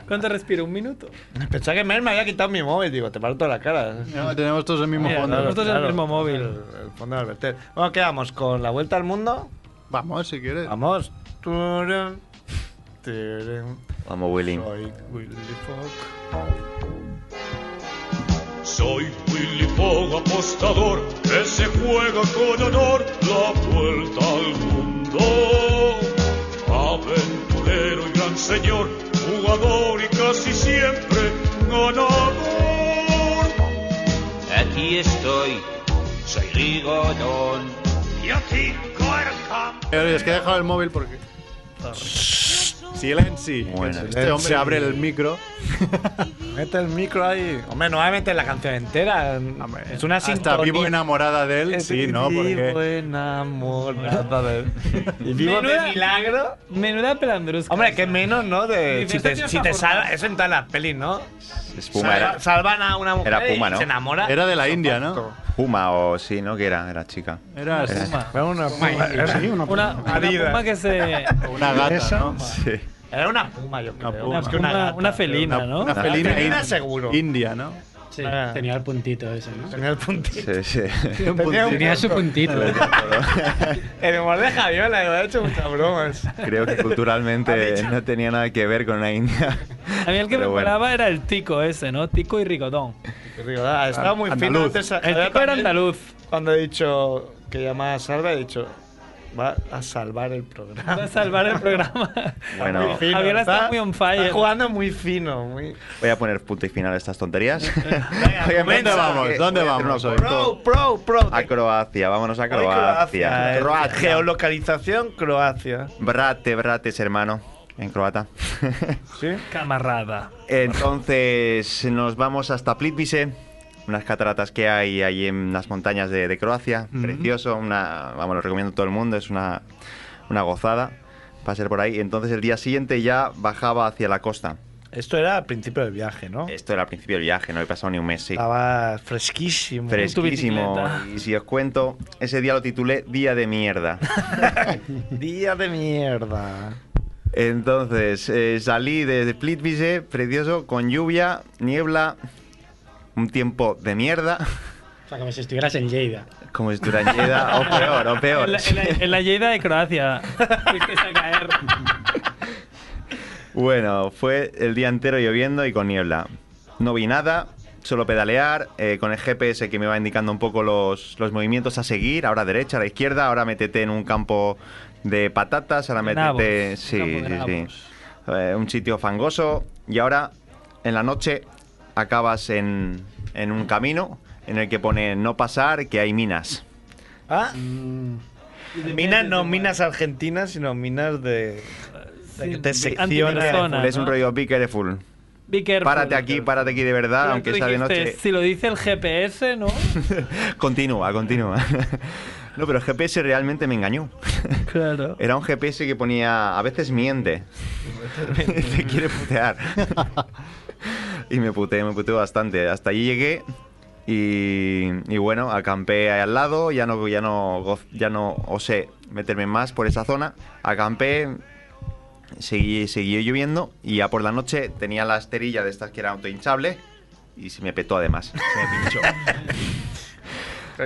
[SPEAKER 2] ¿Cuánto respiro? ¿Un minuto?
[SPEAKER 1] pensaba que Mer me había quitado mi móvil. Digo, te parto la cara.
[SPEAKER 3] No, tenemos todos el mismo
[SPEAKER 2] Mira,
[SPEAKER 3] fondo.
[SPEAKER 2] nosotros en el mismo móvil.
[SPEAKER 1] El, el fondo del verter. Bueno, quedamos con la vuelta al mundo.
[SPEAKER 3] Vamos, si quieres.
[SPEAKER 14] Vamos. Turun,
[SPEAKER 5] Vamos, Willy.
[SPEAKER 14] Soy Willy
[SPEAKER 15] Soy Willy Fogg, apostador, que se juega con honor la vuelta al mundo. Aventurero y gran señor, jugador y casi siempre ganador. Aquí estoy, soy Rigodón. Y a ti, Corca.
[SPEAKER 3] Pero es que he dejado el móvil porque. Silencio.
[SPEAKER 5] Bueno.
[SPEAKER 3] este hombre abre el micro.
[SPEAKER 1] Mete el micro ahí. Hombre, no va a meter la canción entera. es una
[SPEAKER 3] hasta
[SPEAKER 1] sintonía.
[SPEAKER 3] vivo enamorada de él,
[SPEAKER 1] Es
[SPEAKER 3] sí, ¿no? Porque-
[SPEAKER 1] Vivo enamorada de él. Y vivo
[SPEAKER 2] Menuda-
[SPEAKER 1] de milagro. Menuda pelandrusca. Hombre, que menos, ¿no? De,
[SPEAKER 2] Dice,
[SPEAKER 1] si
[SPEAKER 2] este
[SPEAKER 1] te,
[SPEAKER 2] tío
[SPEAKER 1] si
[SPEAKER 2] está
[SPEAKER 1] te
[SPEAKER 2] forrado.
[SPEAKER 1] salva. Eso en todas las pelis, ¿no?
[SPEAKER 5] Espuma
[SPEAKER 1] Salva-
[SPEAKER 5] era.
[SPEAKER 1] Salvan a una mujer
[SPEAKER 5] Era Puma,
[SPEAKER 1] y
[SPEAKER 5] ¿no?
[SPEAKER 1] se enamora.
[SPEAKER 5] Era
[SPEAKER 3] de la India, ¿no?
[SPEAKER 5] Puma o sí, ¿no? Que era, era chica.
[SPEAKER 3] Era
[SPEAKER 1] Puma. Era una puma.
[SPEAKER 4] Sí, una
[SPEAKER 2] Una, Ah,
[SPEAKER 4] puma.
[SPEAKER 2] una puma que se.
[SPEAKER 3] Una gata,
[SPEAKER 4] Esa.
[SPEAKER 3] ¿no?
[SPEAKER 5] Sí.
[SPEAKER 1] Era una puma, yo creo.
[SPEAKER 2] Una, una, una felina, ¿no?
[SPEAKER 3] Una felina
[SPEAKER 1] felina
[SPEAKER 3] in-
[SPEAKER 1] seguro.
[SPEAKER 3] india, ¿no?
[SPEAKER 8] Sí,
[SPEAKER 1] Ah.
[SPEAKER 8] tenía el puntito ese, ¿no?
[SPEAKER 1] Tenía el puntito.
[SPEAKER 5] Sí, sí.
[SPEAKER 1] Tenía un
[SPEAKER 8] Tenía su puntito.
[SPEAKER 1] El humor de Javiola, yo he hecho muchas bromas.
[SPEAKER 5] Creo que culturalmente no tenía nada que ver con la India.
[SPEAKER 2] A mí el que
[SPEAKER 5] Pero
[SPEAKER 2] me
[SPEAKER 5] bueno.
[SPEAKER 2] molaba era el tico ese, ¿no? Tico y Ricotón.
[SPEAKER 1] ah, Estaba muy fino
[SPEAKER 3] Andaluz.
[SPEAKER 1] antes.
[SPEAKER 2] El tico era andaluz.
[SPEAKER 1] Cuando he dicho que llamaba a Salva, he dicho, va a salvar el programa.
[SPEAKER 2] Para salvar el programa.
[SPEAKER 1] Muy
[SPEAKER 5] Bueno,
[SPEAKER 1] fino,
[SPEAKER 2] Javiola está muy on fire.
[SPEAKER 1] Está jugando muy fino, muy...
[SPEAKER 5] voy a poner punto y final a estas tonterías.
[SPEAKER 1] Venga,
[SPEAKER 3] ¿Dónde
[SPEAKER 1] comienza. Eh,
[SPEAKER 3] vamos?
[SPEAKER 5] que
[SPEAKER 3] ¿Dónde
[SPEAKER 5] voy a hacer
[SPEAKER 3] vamos
[SPEAKER 5] una
[SPEAKER 3] hoy?
[SPEAKER 1] Pro, pro, pro.
[SPEAKER 5] A Croacia, vámonos a
[SPEAKER 1] Hoy
[SPEAKER 5] Croacia.
[SPEAKER 1] eh. Geolocalización, Croacia.
[SPEAKER 5] Brate, brates, hermano. En croata.
[SPEAKER 1] ¿Sí?
[SPEAKER 2] Camarada.
[SPEAKER 5] Entonces nos vamos hasta Plitvice, unas cataratas que hay ahí en las montañas de, de Croacia. Precioso, una, vamos, lo recomiendo a todo el mundo, es una, una gozada pasar por ahí. Entonces el día siguiente ya bajaba hacia la costa.
[SPEAKER 1] Esto era al principio del viaje, ¿no?
[SPEAKER 5] Esto era al principio del viaje, no había pasado ni un mes, sí.
[SPEAKER 1] Estaba fresquísimo.
[SPEAKER 5] Fresquísimo.
[SPEAKER 1] Ah, Tu bicicleta.
[SPEAKER 5] Y si os cuento, ese día lo titulé Día de Mierda.
[SPEAKER 1] Día de mierda.
[SPEAKER 5] Entonces, eh, salí desde Plitvice, precioso, con lluvia, niebla, un tiempo de mierda,
[SPEAKER 8] O sea, como si estuvieras en Lleida.
[SPEAKER 5] como si estuviera en Lleida, o peor, o peor.
[SPEAKER 2] En la, en la- en la Lleida de Croacia. Fuisteis a caer.
[SPEAKER 5] Bueno, fue el día entero lloviendo y con niebla. No vi nada, solo pedalear, eh, con el GPS que me va indicando un poco los, los movimientos a seguir, ahora derecha, ahora izquierda, ahora métete en un campo de patatas, ahora
[SPEAKER 2] De
[SPEAKER 5] métete...
[SPEAKER 2] nabos,
[SPEAKER 5] Sí,
[SPEAKER 2] un campo de
[SPEAKER 5] sí, sí.
[SPEAKER 2] nabos.
[SPEAKER 5] Eh, un sitio fangoso y ahora en la noche acabas en, en un camino en el que pone no pasar, que hay minas.
[SPEAKER 1] ¿Ah?
[SPEAKER 4] Mm,
[SPEAKER 1] Minas, no
[SPEAKER 2] ¿eh?
[SPEAKER 1] minas argentinas, sino minas de. de que te
[SPEAKER 2] Sí,
[SPEAKER 1] secciona.
[SPEAKER 2] antipersona,
[SPEAKER 5] es un
[SPEAKER 2] ¿no?
[SPEAKER 5] rollo be careful.
[SPEAKER 2] Be careful.
[SPEAKER 5] Párate aquí, párate aquí de verdad,
[SPEAKER 2] Pero
[SPEAKER 5] aunque
[SPEAKER 2] tú
[SPEAKER 5] sea de
[SPEAKER 2] dijiste,
[SPEAKER 5] noche.
[SPEAKER 2] Si lo dice el GPS, ¿no?
[SPEAKER 5] Continúa, continúa. No, pero el GPS realmente me engañó.
[SPEAKER 2] Claro.
[SPEAKER 5] Era un GPS que ponía, a veces miente. Te quiere putear. Y me puteé, me puteé bastante. Hasta allí llegué y, y bueno, acampé ahí al lado, ya no, ya, no, goz- ya no osé meterme más por esa zona. Acampé, seguí, seguí lloviendo y ya por la noche tenía la esterilla de estas que era autohinchable y se me petó además. Se me pinchó.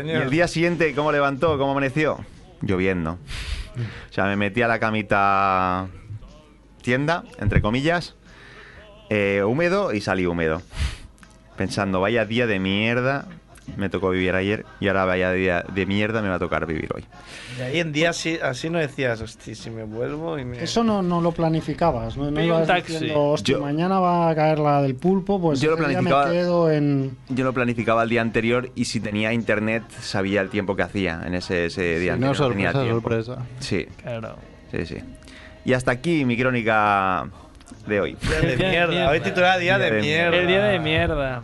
[SPEAKER 5] Y el día siguiente, ¿cómo levantó? ¿Cómo amaneció? Lloviendo. O sea, me metí a la camita tienda, entre comillas, eh, húmedo y salí húmedo. Pensando, vaya día de mierda me tocó vivir ayer y ahora vaya día de mierda me va a tocar vivir hoy.
[SPEAKER 1] Y ahí en día así, así no decías, hostia, si me vuelvo y me.
[SPEAKER 4] Eso no, no lo planificabas, no, no
[SPEAKER 2] Pide un
[SPEAKER 4] ibas
[SPEAKER 2] taxi.
[SPEAKER 4] diciendo, hostia,
[SPEAKER 5] Yo-
[SPEAKER 4] mañana va a caer la del pulpo, pues
[SPEAKER 5] Yo lo
[SPEAKER 4] ese día
[SPEAKER 5] planificaba-
[SPEAKER 4] me quedo en...
[SPEAKER 5] Yo lo planificaba el día anterior y si tenía internet sabía el tiempo que hacía en ese, ese día.
[SPEAKER 3] No,
[SPEAKER 5] anterior. Tenía
[SPEAKER 3] sorpresa,
[SPEAKER 5] tiempo.
[SPEAKER 3] sorpresa.
[SPEAKER 5] Sí,
[SPEAKER 2] Claro.
[SPEAKER 5] sí, sí. Y hasta aquí mi crónica de hoy.
[SPEAKER 1] Día de
[SPEAKER 2] El día de
[SPEAKER 1] mierda.
[SPEAKER 2] mierda.
[SPEAKER 1] Hoy titulaba Día
[SPEAKER 5] Día
[SPEAKER 1] de
[SPEAKER 5] de
[SPEAKER 1] mierda.
[SPEAKER 2] El día de mierda.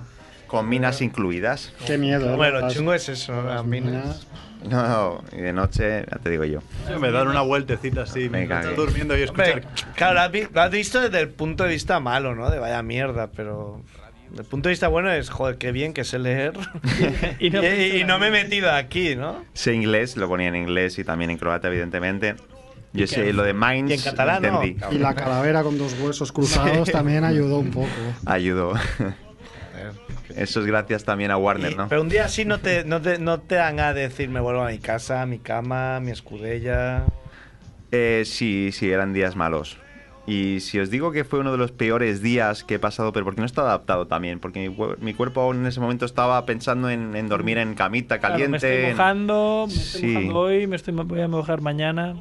[SPEAKER 5] Con minas incluidas.
[SPEAKER 4] Qué miedo.
[SPEAKER 1] Hombre, lo
[SPEAKER 4] Las-
[SPEAKER 1] chungo es eso, las minas.
[SPEAKER 5] No, y de noche, ya te digo yo.
[SPEAKER 3] Me dar una vueltecita así,
[SPEAKER 5] Me
[SPEAKER 3] mientras
[SPEAKER 5] cagué.
[SPEAKER 3] estás durmiendo y escuchar.
[SPEAKER 1] Hombre, claro, lo has, vi- lo has visto desde el punto de vista malo, ¿no? De vaya mierda, pero. desde El punto de vista bueno es, joder, qué bien que sé leer.
[SPEAKER 2] Y
[SPEAKER 1] y,
[SPEAKER 2] no
[SPEAKER 1] y no me he metido aquí, ¿no?
[SPEAKER 5] Sé inglés, lo ponía en inglés y también en croata, evidentemente. Yo sé lo de Mainz.
[SPEAKER 1] y en catalán,
[SPEAKER 5] lo
[SPEAKER 1] ¿no?
[SPEAKER 5] entendí.
[SPEAKER 4] Y la calavera con dos huesos cruzados también ayudó un poco.
[SPEAKER 5] Ayudó. Eso es gracias también a Warner,
[SPEAKER 1] Y-
[SPEAKER 5] ¿no?
[SPEAKER 1] Pero un día así no te, no te, no te dan a decir me vuelvo a mi casa, a mi cama, a mi escudella.
[SPEAKER 5] Eh, sí, sí, eran días malos. Y si os digo que fue uno de los peores días que he pasado, pero porque no estaba adaptado también, porque mi, cuer- mi cuerpo aún en ese momento estaba pensando en, en dormir en camita
[SPEAKER 2] Claro,
[SPEAKER 5] caliente.
[SPEAKER 2] me estoy
[SPEAKER 5] en-
[SPEAKER 2] mojando, me estoy
[SPEAKER 5] Sí.
[SPEAKER 2] mojando hoy, me estoy, voy a mojar mañana.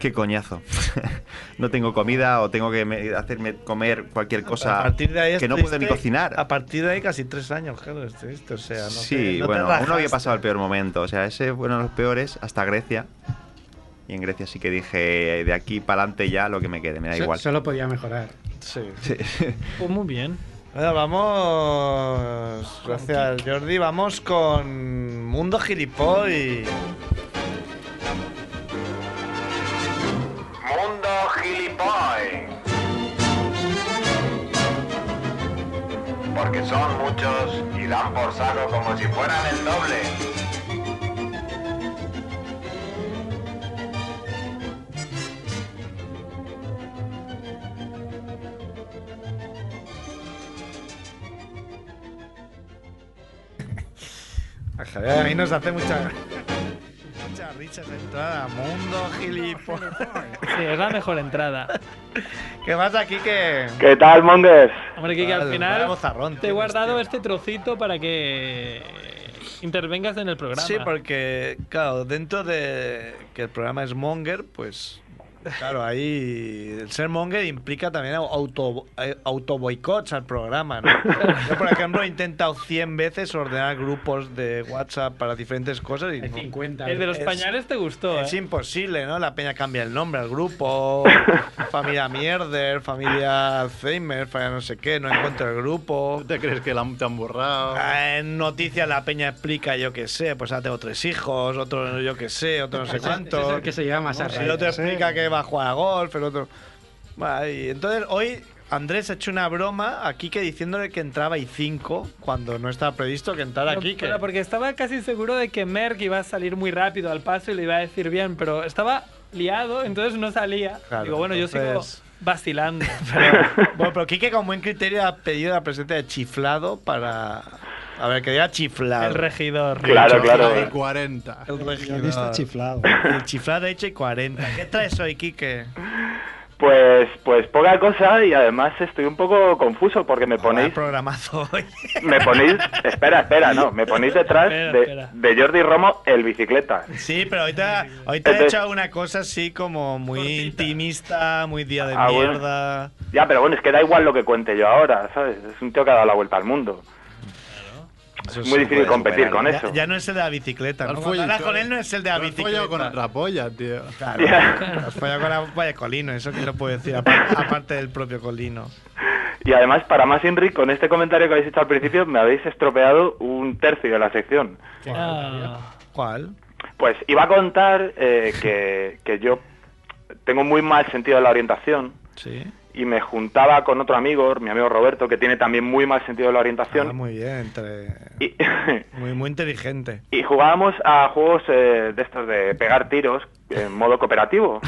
[SPEAKER 5] Qué coñazo. no tengo comida o tengo que me- hacerme comer cualquier cosa
[SPEAKER 1] a partir de ahí
[SPEAKER 5] que no
[SPEAKER 1] estuviste-
[SPEAKER 5] puedo ni cocinar.
[SPEAKER 1] A partir de ahí casi tres años, claro, estuviste, o sea, no te-
[SPEAKER 5] sí,
[SPEAKER 1] no te
[SPEAKER 5] bueno, aún no había
[SPEAKER 1] rajaste.
[SPEAKER 5] pasado el peor momento. O sea, ese fueron los peores hasta Grecia. Y en Grecia sí que dije, de aquí para adelante ya lo que me quede, me da
[SPEAKER 8] So-
[SPEAKER 5] igual.
[SPEAKER 8] Solo podía mejorar.
[SPEAKER 1] Sí.
[SPEAKER 2] Pues muy bien.
[SPEAKER 1] Ahora vamos. Gracias, Jordi. Vamos con Mundo Gilipoy.
[SPEAKER 7] Mundo gilipoy. Porque son muchos y dan por saco como si fueran el doble.
[SPEAKER 1] A Javier, a mí nos hace mucha. Mucha risa esa entrada. Mundo Gilipoy.
[SPEAKER 2] Sí, es la mejor entrada.
[SPEAKER 1] ¿Qué pasa aquí que.?
[SPEAKER 13] ¿Qué tal, Mondes?
[SPEAKER 2] Hombre, que, que al
[SPEAKER 1] Vale,
[SPEAKER 2] final
[SPEAKER 1] vaya bozarrón,
[SPEAKER 2] te he
[SPEAKER 1] tío,
[SPEAKER 2] guardado este trocito para que intervengas en el programa.
[SPEAKER 1] Sí, porque, claro, dentro de que el programa es Monger, pues. Claro, ahí el ser monger implica también auto, eh, autoboicots al programa, ¿no? Yo, por ejemplo, he intentado 100 veces ordenar grupos de WhatsApp para diferentes cosas y... no-
[SPEAKER 2] El de los
[SPEAKER 1] Es-
[SPEAKER 2] pañales te gustó,
[SPEAKER 1] Es
[SPEAKER 2] ¿eh?
[SPEAKER 1] imposible, ¿no? La peña cambia el nombre al grupo, familia Mierder, familia Alzheimer, familia no sé qué, no encuentro el grupo. Eh,
[SPEAKER 3] ¿Tú te crees que la han te han borrado?
[SPEAKER 7] Ah,
[SPEAKER 1] en noticias la peña explica, yo qué sé, pues ahora tengo tres hijos, otro yo qué sé, otro no sé
[SPEAKER 8] Ese- ese es
[SPEAKER 1] cuánto.
[SPEAKER 8] el que se lleva más a
[SPEAKER 1] El otro
[SPEAKER 8] rayas, ¿eh?
[SPEAKER 1] explica que va a jugar a golf, el otro... Bueno, y entonces hoy Andrés ha hecho una broma a Kike diciéndole que entraba y 5 cuando no estaba previsto que entrara
[SPEAKER 2] No,
[SPEAKER 1] Kike.
[SPEAKER 2] pero porque estaba casi seguro de que Merck iba a salir muy rápido al paso y le iba a decir bien, pero estaba liado, entonces no salía.
[SPEAKER 1] Claro,
[SPEAKER 2] Digo, bueno, yo
[SPEAKER 1] entonces-
[SPEAKER 2] sigo vacilando.
[SPEAKER 1] Bueno, pero Quique con buen criterio ha pedido la presencia de chiflado para... A ver, que diga chiflado.
[SPEAKER 2] El regidor.
[SPEAKER 1] El
[SPEAKER 3] Claro,
[SPEAKER 1] chiflado.
[SPEAKER 3] claro. 40.
[SPEAKER 1] El
[SPEAKER 4] Periodista
[SPEAKER 1] regidor.
[SPEAKER 4] chiflado.
[SPEAKER 1] El chiflado hecho y 40. ¿Qué traes hoy, Quique?
[SPEAKER 13] Pues, pues poca cosa y además estoy un poco confuso porque
[SPEAKER 1] Ah,
[SPEAKER 13] me ponéis,
[SPEAKER 1] Programazo hoy.
[SPEAKER 13] me ponéis, espera, espera, no, me ponéis detrás
[SPEAKER 1] Espera,
[SPEAKER 13] de,
[SPEAKER 1] espera.
[SPEAKER 13] de Jordi Romo el bicicleta.
[SPEAKER 1] Sí, pero hoy te, ha- hoy te ha
[SPEAKER 13] Entonces-
[SPEAKER 1] hecho una cosa así como muy intimista, muy día de
[SPEAKER 13] Ah, bueno.
[SPEAKER 1] mierda.
[SPEAKER 13] Ya, pero bueno, es que da igual lo que cuente yo ahora, ¿sabes? Es un tío que ha dado la vuelta al mundo.
[SPEAKER 1] Eso
[SPEAKER 13] Es
[SPEAKER 1] Pues sí
[SPEAKER 13] muy difícil
[SPEAKER 1] puede
[SPEAKER 13] competir
[SPEAKER 1] superar.
[SPEAKER 13] con
[SPEAKER 1] Ya-
[SPEAKER 13] eso.
[SPEAKER 1] Ya, no es el de la bicicleta, ¿no?
[SPEAKER 3] Has
[SPEAKER 1] Cuando
[SPEAKER 3] follado
[SPEAKER 1] hablas con
[SPEAKER 3] con-
[SPEAKER 1] él no es el de la
[SPEAKER 3] has follado
[SPEAKER 1] bicicleta.
[SPEAKER 3] con otra polla, tío.
[SPEAKER 1] Claro, claro, has follado con la vaya colino, eso que lo puedo decir, apar- aparte del propio colino.
[SPEAKER 13] Y además, para más Inri, con este comentario que habéis hecho al principio, me habéis estropeado un tercio de la sección.
[SPEAKER 2] Ah,
[SPEAKER 1] ¿Cuál?
[SPEAKER 13] Pues iba a contar eh, que, que yo tengo muy mal sentido de la orientación
[SPEAKER 1] Sí.
[SPEAKER 13] y me juntaba con otro amigo, mi amigo Roberto, que tiene también muy mal sentido de la orientación.
[SPEAKER 1] Ah, muy bien, entre...
[SPEAKER 13] Y,
[SPEAKER 1] muy, muy inteligente.
[SPEAKER 13] y jugábamos a juegos eh, de estos de pegar tiros en modo cooperativo.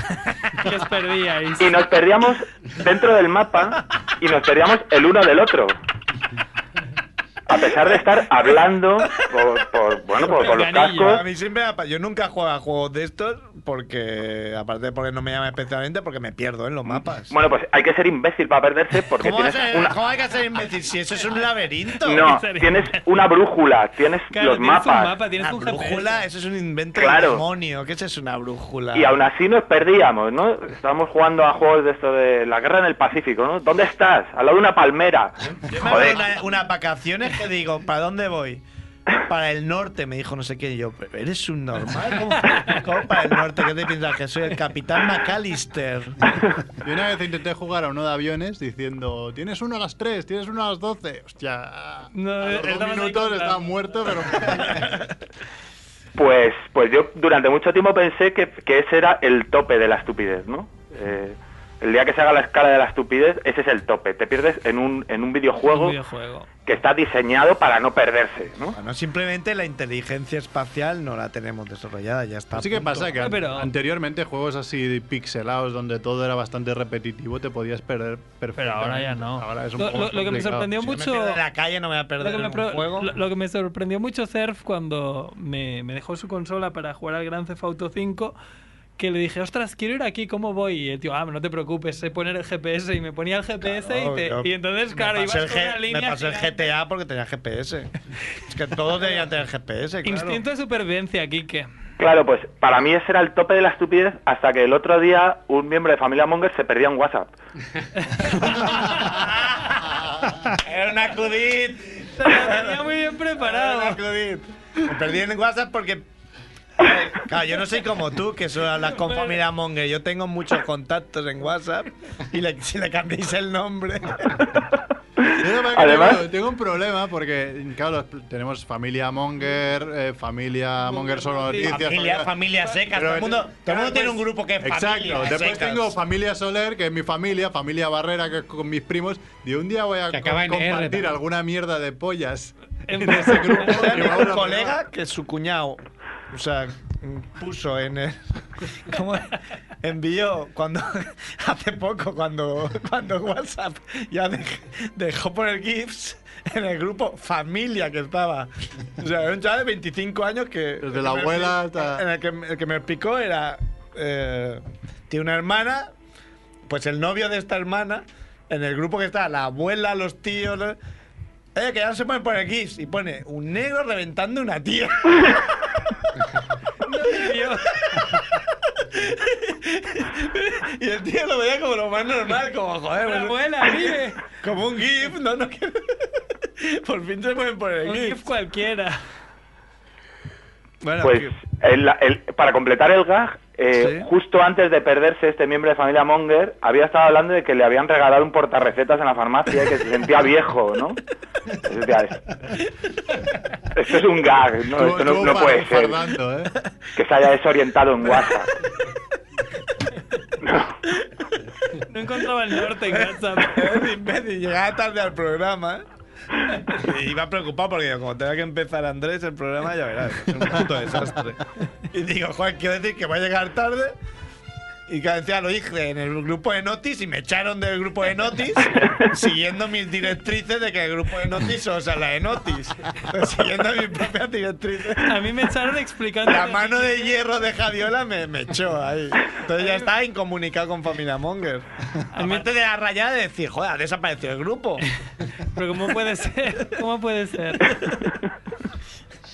[SPEAKER 2] Que os perdíais.
[SPEAKER 13] Y nos perdíamos dentro del mapa y nos perdíamos el uno del otro. A pesar de estar hablando por, por- bueno, por, por los
[SPEAKER 1] A
[SPEAKER 13] cascos.
[SPEAKER 1] mí siempre, me ha pa- yo nunca juego a juegos de estos porque, aparte de porque no me llama especialmente, porque me pierdo en los mapas.
[SPEAKER 13] Bueno, pues hay que ser imbécil para perderse porque
[SPEAKER 1] ¿Cómo, vas
[SPEAKER 13] tienes
[SPEAKER 1] a-
[SPEAKER 13] una,
[SPEAKER 1] cómo hay que hacer imbécil si eso es un laberinto?
[SPEAKER 13] No, tienes una brújula, tienes los mapas.
[SPEAKER 1] tienes una brújula, eso es un invento
[SPEAKER 13] Claro.
[SPEAKER 1] del demonio. ¿Qué es eso, una brújula?
[SPEAKER 13] Y aún así nos perdíamos, ¿no? Estábamos jugando a juegos de esto de la guerra en el Pacífico, ¿no? ¿Dónde estás? Al lado de una palmera.
[SPEAKER 1] Yo me
[SPEAKER 13] Joder.
[SPEAKER 1] acuerdo una- unas vacaciones que digo, ¿para dónde voy? Para el norte, me dijo no sé qué. Y yo, "¿Pero ¿eres un normal? ¿Cómo, cómo para el norte? ¿Qué te piensas? Que soy el capitán McAllister.
[SPEAKER 3] Yo una vez intenté jugar a uno de aviones diciendo, tienes uno a las 3, tienes uno a las 12. Hostia, a los dos
[SPEAKER 2] estabas ahí
[SPEAKER 3] minutos
[SPEAKER 2] contando.
[SPEAKER 3] estaba muerto, pero...
[SPEAKER 13] Pues, pues yo durante mucho tiempo pensé que, que ese era el tope de la estupidez, ¿no? Eh, el día que se haga la escala de la estupidez, ese es el tope. Te pierdes en un, en un videojuego que está diseñado para no perderse, ¿no?
[SPEAKER 1] Bueno, simplemente la inteligencia espacial no la tenemos desarrollada, ya está.
[SPEAKER 3] Así que
[SPEAKER 1] punto.
[SPEAKER 3] pasa que an- anteriormente juegos así pixelados donde todo era bastante repetitivo te podías perder perfectamente.
[SPEAKER 2] ahora ya no.
[SPEAKER 3] Ahora es un
[SPEAKER 2] Lo,
[SPEAKER 3] poco
[SPEAKER 2] lo- lo que me
[SPEAKER 3] complicado.
[SPEAKER 2] sorprendió
[SPEAKER 3] Sí,
[SPEAKER 2] mucho.
[SPEAKER 1] en la calle no me voy a perder
[SPEAKER 2] lo que me
[SPEAKER 1] en un
[SPEAKER 2] pro-
[SPEAKER 1] juego.
[SPEAKER 2] lo- lo que me sorprendió mucho Cerf cuando me, me dejó su consola para jugar al Gran Theft Auto 5 que le dije, ostras, quiero ir aquí, ¿cómo voy? Y el tío, ah, no te preocupes, sé poner el GPS. Y me ponía el GPS y, te-
[SPEAKER 1] Yo
[SPEAKER 2] y entonces, claro,
[SPEAKER 1] me
[SPEAKER 2] ibas
[SPEAKER 1] pasé, el
[SPEAKER 2] con
[SPEAKER 1] G-
[SPEAKER 2] una línea...
[SPEAKER 1] me pasé el
[SPEAKER 2] gigante.
[SPEAKER 1] GTA porque tenía GPS. es que todos tenían tener GPS, claro.
[SPEAKER 2] Instinto de supervivencia, Kike.
[SPEAKER 13] Claro, pues para mí ese era el tope de la estupidez hasta que el otro día un miembro de familia Monger se perdía en WhatsApp.
[SPEAKER 1] Era una acudit.
[SPEAKER 2] Se lo tenía muy bien preparado.
[SPEAKER 1] Era una acudit. Me perdí en WhatsApp porque. Eh, Claro, yo no soy como tú, que solo hablas con familia Monger. Yo tengo muchos contactos en WhatsApp y le- si le cambiáis el nombre.
[SPEAKER 3] Además, tengo, tengo un problema porque, claro, los- tenemos familia Monger, eh, familia Monger solo noticias.
[SPEAKER 1] Familia, familia secas.
[SPEAKER 3] Pero
[SPEAKER 1] Todo el mundo, todo el
[SPEAKER 3] claro,
[SPEAKER 1] mundo tiene
[SPEAKER 3] pues,
[SPEAKER 1] un grupo que es familia
[SPEAKER 3] Exacto. Después
[SPEAKER 1] secas.
[SPEAKER 3] tengo familia Soler, que es mi familia, familia Barrera, que es con mis primos. Y un día voy a
[SPEAKER 1] Que acaba
[SPEAKER 3] co-
[SPEAKER 1] en R
[SPEAKER 3] compartir
[SPEAKER 1] también.
[SPEAKER 3] alguna mierda de pollas.
[SPEAKER 1] Tengo un colega que su cuñado, o sea, mm, puso en el, ¿cómo era? envió cuando hace poco cuando cuando WhatsApp ya dej- dejó poner gifs en el grupo familia que estaba. O sea, era un chaval de 25 años que desde
[SPEAKER 3] la abuela hasta-
[SPEAKER 13] Eh,
[SPEAKER 1] en el que, el que me explicó era eh, tiene una hermana pues el novio de esta hermana, en el grupo que está, la abuela, los tíos, los- eh, que ya no se pueden poner gifs, y pone un negro reventando una tía. y el tío lo veía como lo más normal, como joder,
[SPEAKER 2] La
[SPEAKER 1] bueno,
[SPEAKER 2] abuela, vive.
[SPEAKER 1] como un gif, no, no, que- por fin se pueden poner
[SPEAKER 2] Un
[SPEAKER 1] gifs.
[SPEAKER 2] gif cualquiera.
[SPEAKER 1] Bueno,
[SPEAKER 13] Pues el- el- para completar el gag, eh, justo antes de perderse este miembro de familia Monger, había estado hablando de que le habían regalado un portarrecetas en la farmacia y que se sentía viejo, ¿no? Y decía, "Es- esto es un gag, ¿no?
[SPEAKER 3] Estuvo-
[SPEAKER 13] Esto no,
[SPEAKER 3] estuvo
[SPEAKER 13] no puede
[SPEAKER 3] far-
[SPEAKER 13] ser.
[SPEAKER 3] fardando, ¿eh?
[SPEAKER 13] Que se haya desorientado en WhatsApp.
[SPEAKER 2] No encontraba el norte en WhatsApp.
[SPEAKER 1] Es imbécil, llegaba tarde al programa. Y iba preocupado porque digo, como tenga que empezar Andrés el programa, ya verás, es un puto desastre. Y digo, Juan, quiero decir que va a llegar tarde. Y cada día lo dije en el grupo de Notis y me echaron del grupo de Notis siguiendo mis directrices de que el grupo de Notis, o sea, la de Notis, Entonces, siguiendo mis propias directrices.
[SPEAKER 2] A mí me echaron explicando.
[SPEAKER 1] La mano de hierro de Javiola me, me echó ahí. Entonces ya estaba incomunicado con Familia Monger.
[SPEAKER 2] Ah,
[SPEAKER 1] Aparte de la rayada de decir, joder, ha desaparecido el grupo.
[SPEAKER 2] Pero ¿cómo puede ser? ¿Cómo puede ser?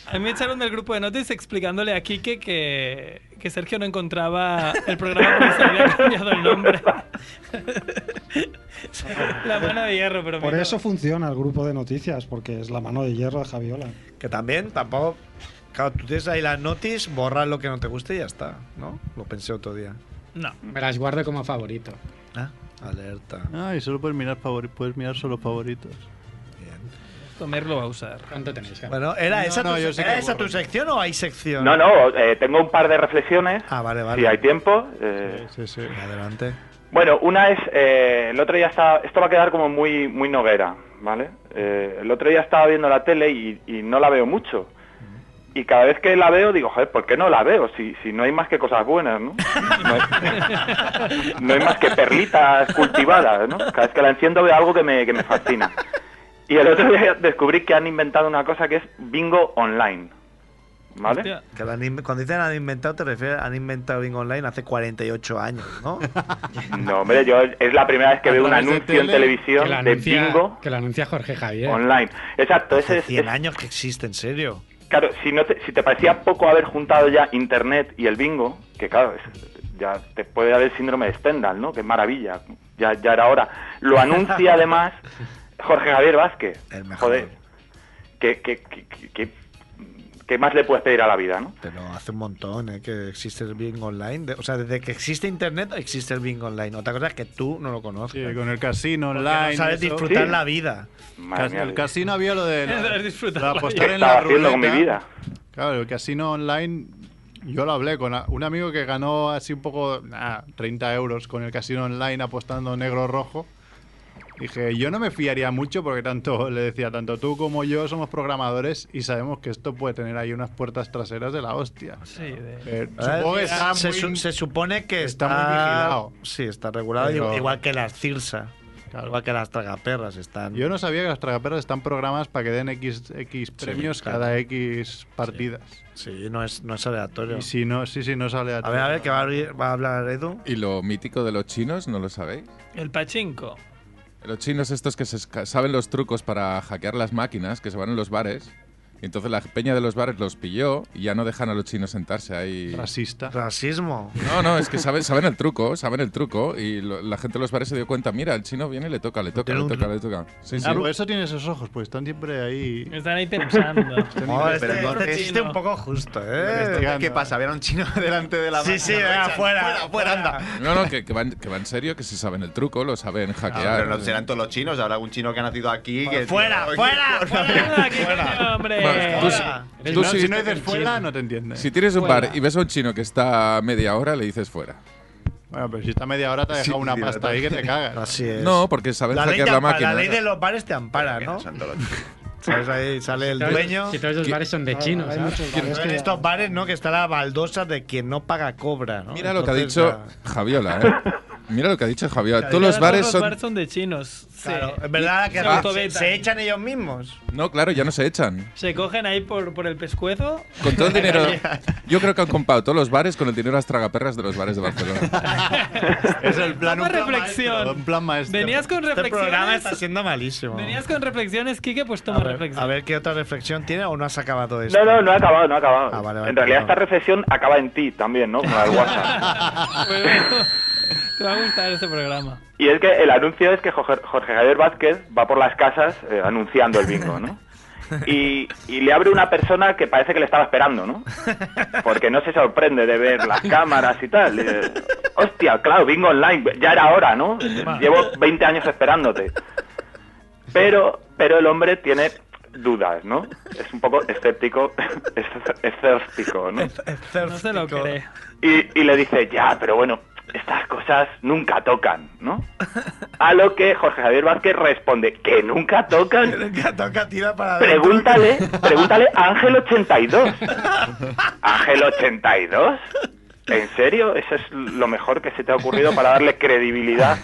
[SPEAKER 2] A mí me echaron del grupo de notas explicándole a Quique que, que Sergio no encontraba el programa porque se había cambiado el nombre. La mano de hierro, pero
[SPEAKER 4] Por
[SPEAKER 2] mira.
[SPEAKER 4] eso funciona el grupo de noticias, porque es la mano de hierro de Javiola.
[SPEAKER 1] Que también, tampoco. Claro, tú tienes ahí las notis, borra lo que no te guste y ya está, ¿no? Lo pensé otro día.
[SPEAKER 2] No.
[SPEAKER 8] Me las guardo como favorito.
[SPEAKER 1] Alerta.
[SPEAKER 3] Ah, y solo puedes mirar, favori- puedes mirar solo favoritos.
[SPEAKER 2] Comerlo va a usar.
[SPEAKER 8] ¿Cuánto tenéis? ya?
[SPEAKER 1] Bueno, ¿era
[SPEAKER 8] No,
[SPEAKER 1] esa,
[SPEAKER 8] no,
[SPEAKER 1] tu,
[SPEAKER 8] yo sé
[SPEAKER 1] era
[SPEAKER 8] que
[SPEAKER 1] esa
[SPEAKER 8] borro.
[SPEAKER 1] tu sección o hay sección?
[SPEAKER 13] No, no, eh, tengo un par de reflexiones.
[SPEAKER 1] Ah, vale, vale.
[SPEAKER 13] Si hay tiempo. eh,
[SPEAKER 3] Sí, sí.
[SPEAKER 1] Adelante.
[SPEAKER 13] Bueno, una es, eh, el otro día estaba, esto va a quedar como muy, muy noguera, ¿vale? Eh, el otro día estaba viendo la tele y, y no la veo mucho. Y cada vez que la veo digo, joder, ¿por qué no la veo? Si, si no hay más que cosas buenas, ¿no? No hay, no hay más que perlitas cultivadas, ¿no? Cada vez que la enciendo veo algo que me, que me fascina. Y el otro día descubrí que han inventado una cosa que es bingo online, ¿vale?
[SPEAKER 1] Que lo han in- cuando dicen han inventado, te refieres han inventado Bing Online hace 48 años, ¿no?
[SPEAKER 13] No, hombre, yo es la primera vez que
[SPEAKER 1] A
[SPEAKER 13] veo un
[SPEAKER 1] través de
[SPEAKER 13] anuncio en
[SPEAKER 1] tele,
[SPEAKER 13] televisión
[SPEAKER 1] que la
[SPEAKER 13] de
[SPEAKER 1] anuncia-
[SPEAKER 13] bingo
[SPEAKER 8] Que lo anuncia Jorge Javier.
[SPEAKER 13] online. Exacto, ese
[SPEAKER 1] Hace
[SPEAKER 13] es,
[SPEAKER 1] 100
[SPEAKER 13] es-
[SPEAKER 1] años que existe, en serio.
[SPEAKER 13] claro, si no te, si te parecía poco haber juntado ya internet y el bingo, que claro, es- ya te puede haber síndrome de Stendhal, ¿no? Qué maravilla, ya ya era hora. Lo anuncia además Jorge Javier Vázquez. Joder. ¿Qué, qué, qué- qué- qué- qué más le puedes pedir a la vida, no?
[SPEAKER 1] Pero hace un montón ¿eh? que existe el Bing Online. De- O sea, desde que existe Internet existe el Bing Online. Otra cosa es que tú no lo conoces.
[SPEAKER 3] Sí, con el casino
[SPEAKER 1] Porque
[SPEAKER 3] online.
[SPEAKER 1] No sabes
[SPEAKER 3] eso.
[SPEAKER 1] disfrutar
[SPEAKER 3] Sí.
[SPEAKER 1] la vida.
[SPEAKER 3] Cas- el casino había lo de, la-
[SPEAKER 2] disfrutar
[SPEAKER 3] de
[SPEAKER 2] la
[SPEAKER 3] apostar
[SPEAKER 1] vida.
[SPEAKER 3] en
[SPEAKER 1] ¿Qué
[SPEAKER 3] la
[SPEAKER 1] estaba
[SPEAKER 3] ruleta.
[SPEAKER 1] haciendo con mi vida?
[SPEAKER 3] Claro, el casino online. Yo lo hablé con a- un amigo que ganó así un poco, nah, 30 euros con el casino online apostando negro-rojo. Dije, yo no me fiaría mucho porque tanto, le decía, tanto tú como yo somos programadores y sabemos que esto puede tener ahí unas puertas traseras de la hostia.
[SPEAKER 2] Sí, de...
[SPEAKER 3] Eh,
[SPEAKER 1] Ahora,
[SPEAKER 3] supongo que está
[SPEAKER 1] se,
[SPEAKER 3] muy-
[SPEAKER 1] su- se supone que está,
[SPEAKER 3] está muy vigilado.
[SPEAKER 1] Sí, está regulado
[SPEAKER 3] Pero-
[SPEAKER 1] igual que la CIRSA. Igual que las tragaperras están.
[SPEAKER 3] Yo no sabía que las tragaperras están programadas para que den X, X premios
[SPEAKER 1] claro.
[SPEAKER 3] cada X partidas.
[SPEAKER 1] Sí, no es, no es aleatorio.
[SPEAKER 3] Y si no, sí, sí, no sale
[SPEAKER 1] A ver, a ver, que va a, abrir- va a hablar Edu.
[SPEAKER 6] ¿Y lo mítico de los chinos no lo sabéis?
[SPEAKER 2] El pachinko.
[SPEAKER 6] Los chinos estos que se esca- saben los trucos para hackear las máquinas, que se van en los bares. Y entonces la peña de los bares los pilló y ya no dejan a los chinos sentarse ahí.
[SPEAKER 3] Racista.
[SPEAKER 1] Racismo.
[SPEAKER 6] No, no, es que saben, saben el truco, saben el truco. Y lo- la gente de los bares se dio cuenta, mira, el chino viene y le toca, le toca, le toca, le toca. Sí, sí.
[SPEAKER 3] Ah, por eso tiene esos ojos, pues están siempre ahí.
[SPEAKER 2] Están ahí pensando.
[SPEAKER 1] Joder, este- este chiste un poco justo, ¿eh?
[SPEAKER 5] ¿Qué pasa? Había un chino delante de la
[SPEAKER 1] Sí, sí,
[SPEAKER 3] ah,
[SPEAKER 5] máquina, lo
[SPEAKER 1] venga,
[SPEAKER 5] echan.
[SPEAKER 1] fuera,
[SPEAKER 5] fuera, fuera, anda.
[SPEAKER 6] No, no, que, que van, que van serio, que se saben el truco, lo saben hackear.
[SPEAKER 5] pero no serán todos los chinos, habrá algún chino que ha nacido aquí. Que
[SPEAKER 1] Fuera, fuera,
[SPEAKER 2] Ah,
[SPEAKER 1] fuera, fuera.
[SPEAKER 6] Vale, pues, tú si- tú
[SPEAKER 3] no,
[SPEAKER 6] si-
[SPEAKER 3] si no dices fuera, no te entiendes.
[SPEAKER 6] Si tienes un
[SPEAKER 3] Fuera.
[SPEAKER 6] bar y ves a un chino que está media hora, le dices fuera.
[SPEAKER 3] Bueno, pero si está media hora te ha
[SPEAKER 6] Sí,
[SPEAKER 3] dejado una
[SPEAKER 6] sí,
[SPEAKER 3] pasta
[SPEAKER 6] la-
[SPEAKER 3] ahí que te cagas.
[SPEAKER 1] Así
[SPEAKER 6] No, porque saben
[SPEAKER 1] La ley,
[SPEAKER 6] hackear
[SPEAKER 1] te
[SPEAKER 6] la
[SPEAKER 1] ampara-
[SPEAKER 6] máquina. ¿eh?
[SPEAKER 1] la ley de los bares te ampara, ¿no? ¿Sabes? Ahí sale el
[SPEAKER 8] Si todos-
[SPEAKER 1] dueño.
[SPEAKER 8] si todos los bares son de chinos,
[SPEAKER 1] Hay
[SPEAKER 8] ¿sabes?
[SPEAKER 1] muchos
[SPEAKER 8] ¿Quién-
[SPEAKER 1] bares.
[SPEAKER 8] es que-
[SPEAKER 1] En estos bares, ¿no? Que está la baldosa de quien no paga cobra, ¿no?
[SPEAKER 6] Mira lo que ha
[SPEAKER 1] Entonces,
[SPEAKER 6] dicho
[SPEAKER 1] la-
[SPEAKER 6] Javiola, ¿eh? Mira lo que ha dicho Javiola.
[SPEAKER 1] Claro,
[SPEAKER 6] Todos
[SPEAKER 1] ya
[SPEAKER 6] los
[SPEAKER 1] todos
[SPEAKER 6] bares
[SPEAKER 1] los
[SPEAKER 6] son.
[SPEAKER 2] Bar son de chinos. Sí.
[SPEAKER 1] Claro, es verdad que
[SPEAKER 2] Se
[SPEAKER 1] se-
[SPEAKER 2] autovetan.
[SPEAKER 1] se echan ellos mismos.
[SPEAKER 6] No, claro, ya no se echan.
[SPEAKER 2] Se cogen ahí por, por el pescuezo.
[SPEAKER 6] Con todo el dinero. Yo creo que han comprado todos los bares con el dinero de las tragaperras de los bares de Barcelona.
[SPEAKER 3] Es el plan,
[SPEAKER 2] Toma reflexión.
[SPEAKER 3] un plan maestro.
[SPEAKER 2] Venías con
[SPEAKER 1] Este programa
[SPEAKER 2] reflexiones.
[SPEAKER 1] está siendo malísimo.
[SPEAKER 2] Venías con reflexiones, Kike, pues
[SPEAKER 1] A
[SPEAKER 2] toma
[SPEAKER 1] ver, a
[SPEAKER 2] reflexiones.
[SPEAKER 1] ver qué otra reflexión tiene o no has acabado esto.
[SPEAKER 13] No, no, no ha acabado, no ha acabado.
[SPEAKER 1] Ah, vale, vale,
[SPEAKER 13] en realidad
[SPEAKER 1] perdón.
[SPEAKER 13] esta recesión acaba en ti también, ¿no? Con el WhatsApp.
[SPEAKER 2] Te va a gustar este programa.
[SPEAKER 13] Y es que el anuncio es que Jorge Jorge Javier Vázquez va por las casas eh, anunciando el bingo, ¿no? Y, y le abre una persona que parece que le estaba esperando, ¿no? Porque no se sorprende de ver las cámaras y tal. Y, eh, Hostia, claro, bingo online, ya era hora, ¿no? Llevo 20 años esperándote. Pero, pero el hombre tiene dudas, ¿no? Es un poco escéptico, es- escéptico, ¿no?
[SPEAKER 2] No se lo cree.
[SPEAKER 13] Y, y le dice, ya, pero bueno, estas cosas nunca tocan, ¿no? A lo que Jorge Javier Vázquez responde, que nunca tocan.
[SPEAKER 1] Toca tira para adentro.
[SPEAKER 13] Pregúntale, pregúntale a Ángel 82. Ángel 82. ¿En serio? ¿Eso es lo mejor que se te ha ocurrido para darle credibilidad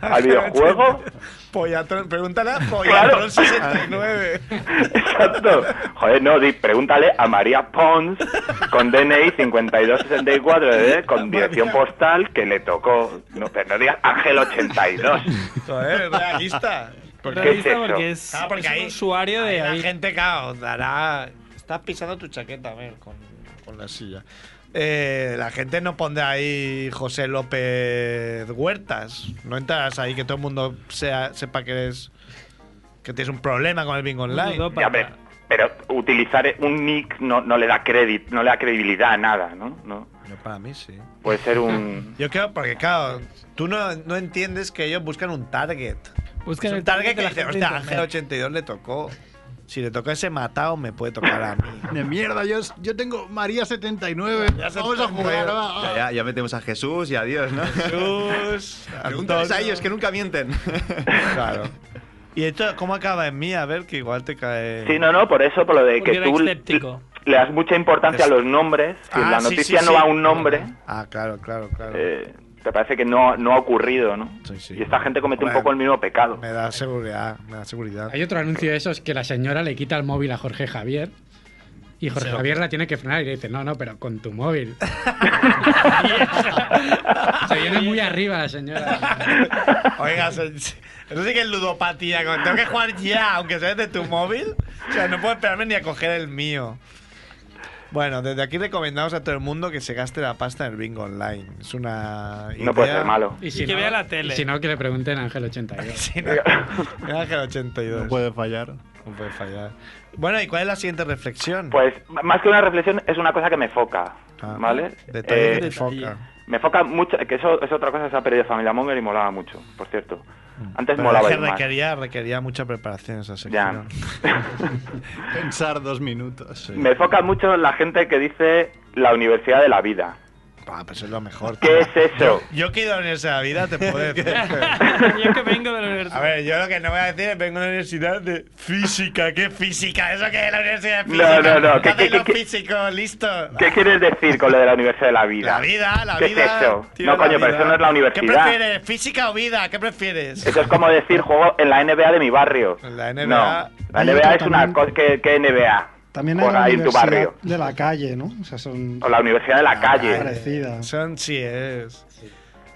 [SPEAKER 13] al videojuego?
[SPEAKER 1] Pollatron, pregúntale a
[SPEAKER 13] Claro.
[SPEAKER 1] Pollatron 69.
[SPEAKER 13] Exacto. Joder, no, di, pregúntale a María Pons con DNI 5264 ¿eh? con dirección postal que le tocó. No, pero no digas Ángel 82.
[SPEAKER 1] Joder, realista.
[SPEAKER 13] ¿Por qué Realista es eso?
[SPEAKER 2] porque es-
[SPEAKER 1] Ah, porque
[SPEAKER 2] es un
[SPEAKER 1] ahí-
[SPEAKER 2] usuario de
[SPEAKER 1] ahí
[SPEAKER 2] ahí.
[SPEAKER 1] La gente, claro, dará. Estás pisando tu chaqueta, a ver, con, con la silla. Eh, la gente no pondrá ahí José López Huertas. No entrarás ahí que todo el mundo sea, sepa que eres. que tienes un problema con el bingo online.
[SPEAKER 13] Ya, hombre, pero utilizar un nick no, no le da crédito, no le da credibilidad a nada, ¿no? no.
[SPEAKER 1] Yo para mí sí.
[SPEAKER 13] Puede ser un...
[SPEAKER 1] Yo creo, porque claro, tú no, no entiendes que ellos buscan un target.
[SPEAKER 2] Buscan
[SPEAKER 1] Es un
[SPEAKER 2] el
[SPEAKER 1] target
[SPEAKER 2] target de
[SPEAKER 1] que
[SPEAKER 2] la
[SPEAKER 1] dice,
[SPEAKER 2] gente
[SPEAKER 1] hostia,
[SPEAKER 2] de
[SPEAKER 1] Ángel 82 le tocó. Si le tocó ese matado, me puede tocar a mí.
[SPEAKER 3] De mierda, yo, yo tengo María 79. Vamos a jugar. va.
[SPEAKER 5] Ya, ya, ya metemos a Jesús y a Dios, ¿no?
[SPEAKER 1] Jesús.
[SPEAKER 5] Pregúntales a
[SPEAKER 1] Antonio.
[SPEAKER 5] ellos que nunca mienten.
[SPEAKER 1] Claro. ¿Y esto cómo acaba en mí? A ver, que igual te cae.
[SPEAKER 13] Sí, no, no, por eso, por lo de que tú le das mucha importancia a los nombres. Si
[SPEAKER 1] Ah,
[SPEAKER 13] la
[SPEAKER 1] sí, sí,
[SPEAKER 13] noticia
[SPEAKER 1] sí.
[SPEAKER 13] no va a un nombre,
[SPEAKER 1] Ah, claro, claro, claro.
[SPEAKER 13] eh, te parece que no, no ha ocurrido, ¿no? Y esta gente comete
[SPEAKER 1] Bueno.
[SPEAKER 13] un poco el mismo pecado.
[SPEAKER 1] Me da seguridad, me da seguridad.
[SPEAKER 8] Hay otro anuncio de esos que la señora le quita el móvil a Jorge Javier y Jorge
[SPEAKER 1] Sí.
[SPEAKER 8] Javier la tiene que frenar y le dice, no, no, pero con tu móvil. Se viene muy arriba la señora.
[SPEAKER 1] Oiga, se- se- eso sí que es ludopatía. como Tengo que jugar ya, aunque sea desde tu móvil. O sea, no puedo esperarme ni a coger el mío. Bueno, desde aquí recomendamos a todo el mundo que se gaste la pasta en el bingo online. Es una. idea-
[SPEAKER 8] no- y si no, que le pregunten a Ángel 82.
[SPEAKER 1] Ángel 82.
[SPEAKER 3] No puede fallar.
[SPEAKER 1] No puede fallar. Bueno, ¿y cuál es la siguiente reflexión?
[SPEAKER 13] Pues m- más que una reflexión, es una cosa que me foca, ¿vale?
[SPEAKER 1] Ah, Detalle
[SPEAKER 13] Eh,
[SPEAKER 1] de foca.
[SPEAKER 13] Me foca mucho, que eso es otra cosa que se ha perdido Familia Monger y molaba mucho, por cierto. Antes
[SPEAKER 1] Mm. Pero
[SPEAKER 13] molaba
[SPEAKER 1] es que
[SPEAKER 13] ir más.
[SPEAKER 1] requería, requería mucha preparación esa
[SPEAKER 13] Ya.
[SPEAKER 1] sección.
[SPEAKER 3] Pensar dos minutos.
[SPEAKER 13] Me foca mucho la gente que dice la universidad de la vida.
[SPEAKER 1] Ah, pues es lo mejor.
[SPEAKER 13] ¿Qué es eso?
[SPEAKER 1] Yo que he ido a la universidad de la vida, te puedo decir.
[SPEAKER 2] yo que vengo de la universidad.
[SPEAKER 1] A ver, yo lo que no voy a decir es vengo de la universidad de física. ¿Qué física? ¿Eso qué es la universidad de
[SPEAKER 13] No,
[SPEAKER 1] física?
[SPEAKER 13] no, no, ¿qué-
[SPEAKER 1] Hacen
[SPEAKER 13] qué-
[SPEAKER 1] los físicos, listo.
[SPEAKER 13] ¿Qué quieres decir con lo de la Universidad de la Vida?
[SPEAKER 1] La vida, la
[SPEAKER 13] ¿Qué
[SPEAKER 1] vida.
[SPEAKER 13] es eso?
[SPEAKER 1] tío,
[SPEAKER 13] no,
[SPEAKER 1] la
[SPEAKER 13] coño, pero
[SPEAKER 1] vida.
[SPEAKER 13] eso no es la
[SPEAKER 1] ¿Qué
[SPEAKER 13] universidad.
[SPEAKER 1] prefieres, física o vida? ¿Qué prefieres?
[SPEAKER 13] Eso es como decir juego en la NBA de mi barrio.
[SPEAKER 1] La NBA.
[SPEAKER 13] No, la
[SPEAKER 1] Hay
[SPEAKER 13] NBA
[SPEAKER 1] otro
[SPEAKER 13] es una cosa que, que NBA.
[SPEAKER 4] También hay
[SPEAKER 13] Juega
[SPEAKER 4] la
[SPEAKER 13] ahí en tu
[SPEAKER 4] universidad
[SPEAKER 13] barrio.
[SPEAKER 4] de la calle, ¿no? O sea, son
[SPEAKER 13] O la universidad de la calle.
[SPEAKER 4] parecidas.
[SPEAKER 1] Son, sí, es.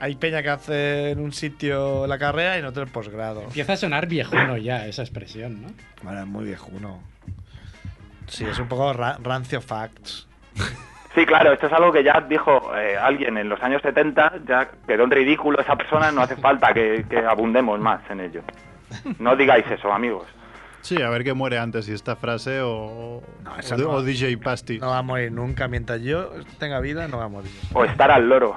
[SPEAKER 1] Hay peña que hace en un sitio la carrera y en otro el posgrado.
[SPEAKER 8] Empieza a sonar viejuno ya esa expresión, ¿no?
[SPEAKER 1] Bueno, es muy viejuno. Sí, es un poco ra- rancio facts.
[SPEAKER 13] Sí, claro, esto es algo que ya dijo eh, alguien en los años 70, ya quedó en ridículo esa persona, no hace falta que, que abundemos más en ello. No digáis eso, amigos.
[SPEAKER 3] Sí, a ver qué muere antes, si esta frase o,
[SPEAKER 1] esa
[SPEAKER 3] o,
[SPEAKER 1] no.
[SPEAKER 3] o DJ Pasty.
[SPEAKER 1] No va a morir nunca. Mientras yo tenga vida, no va a morir.
[SPEAKER 13] O estar al loro.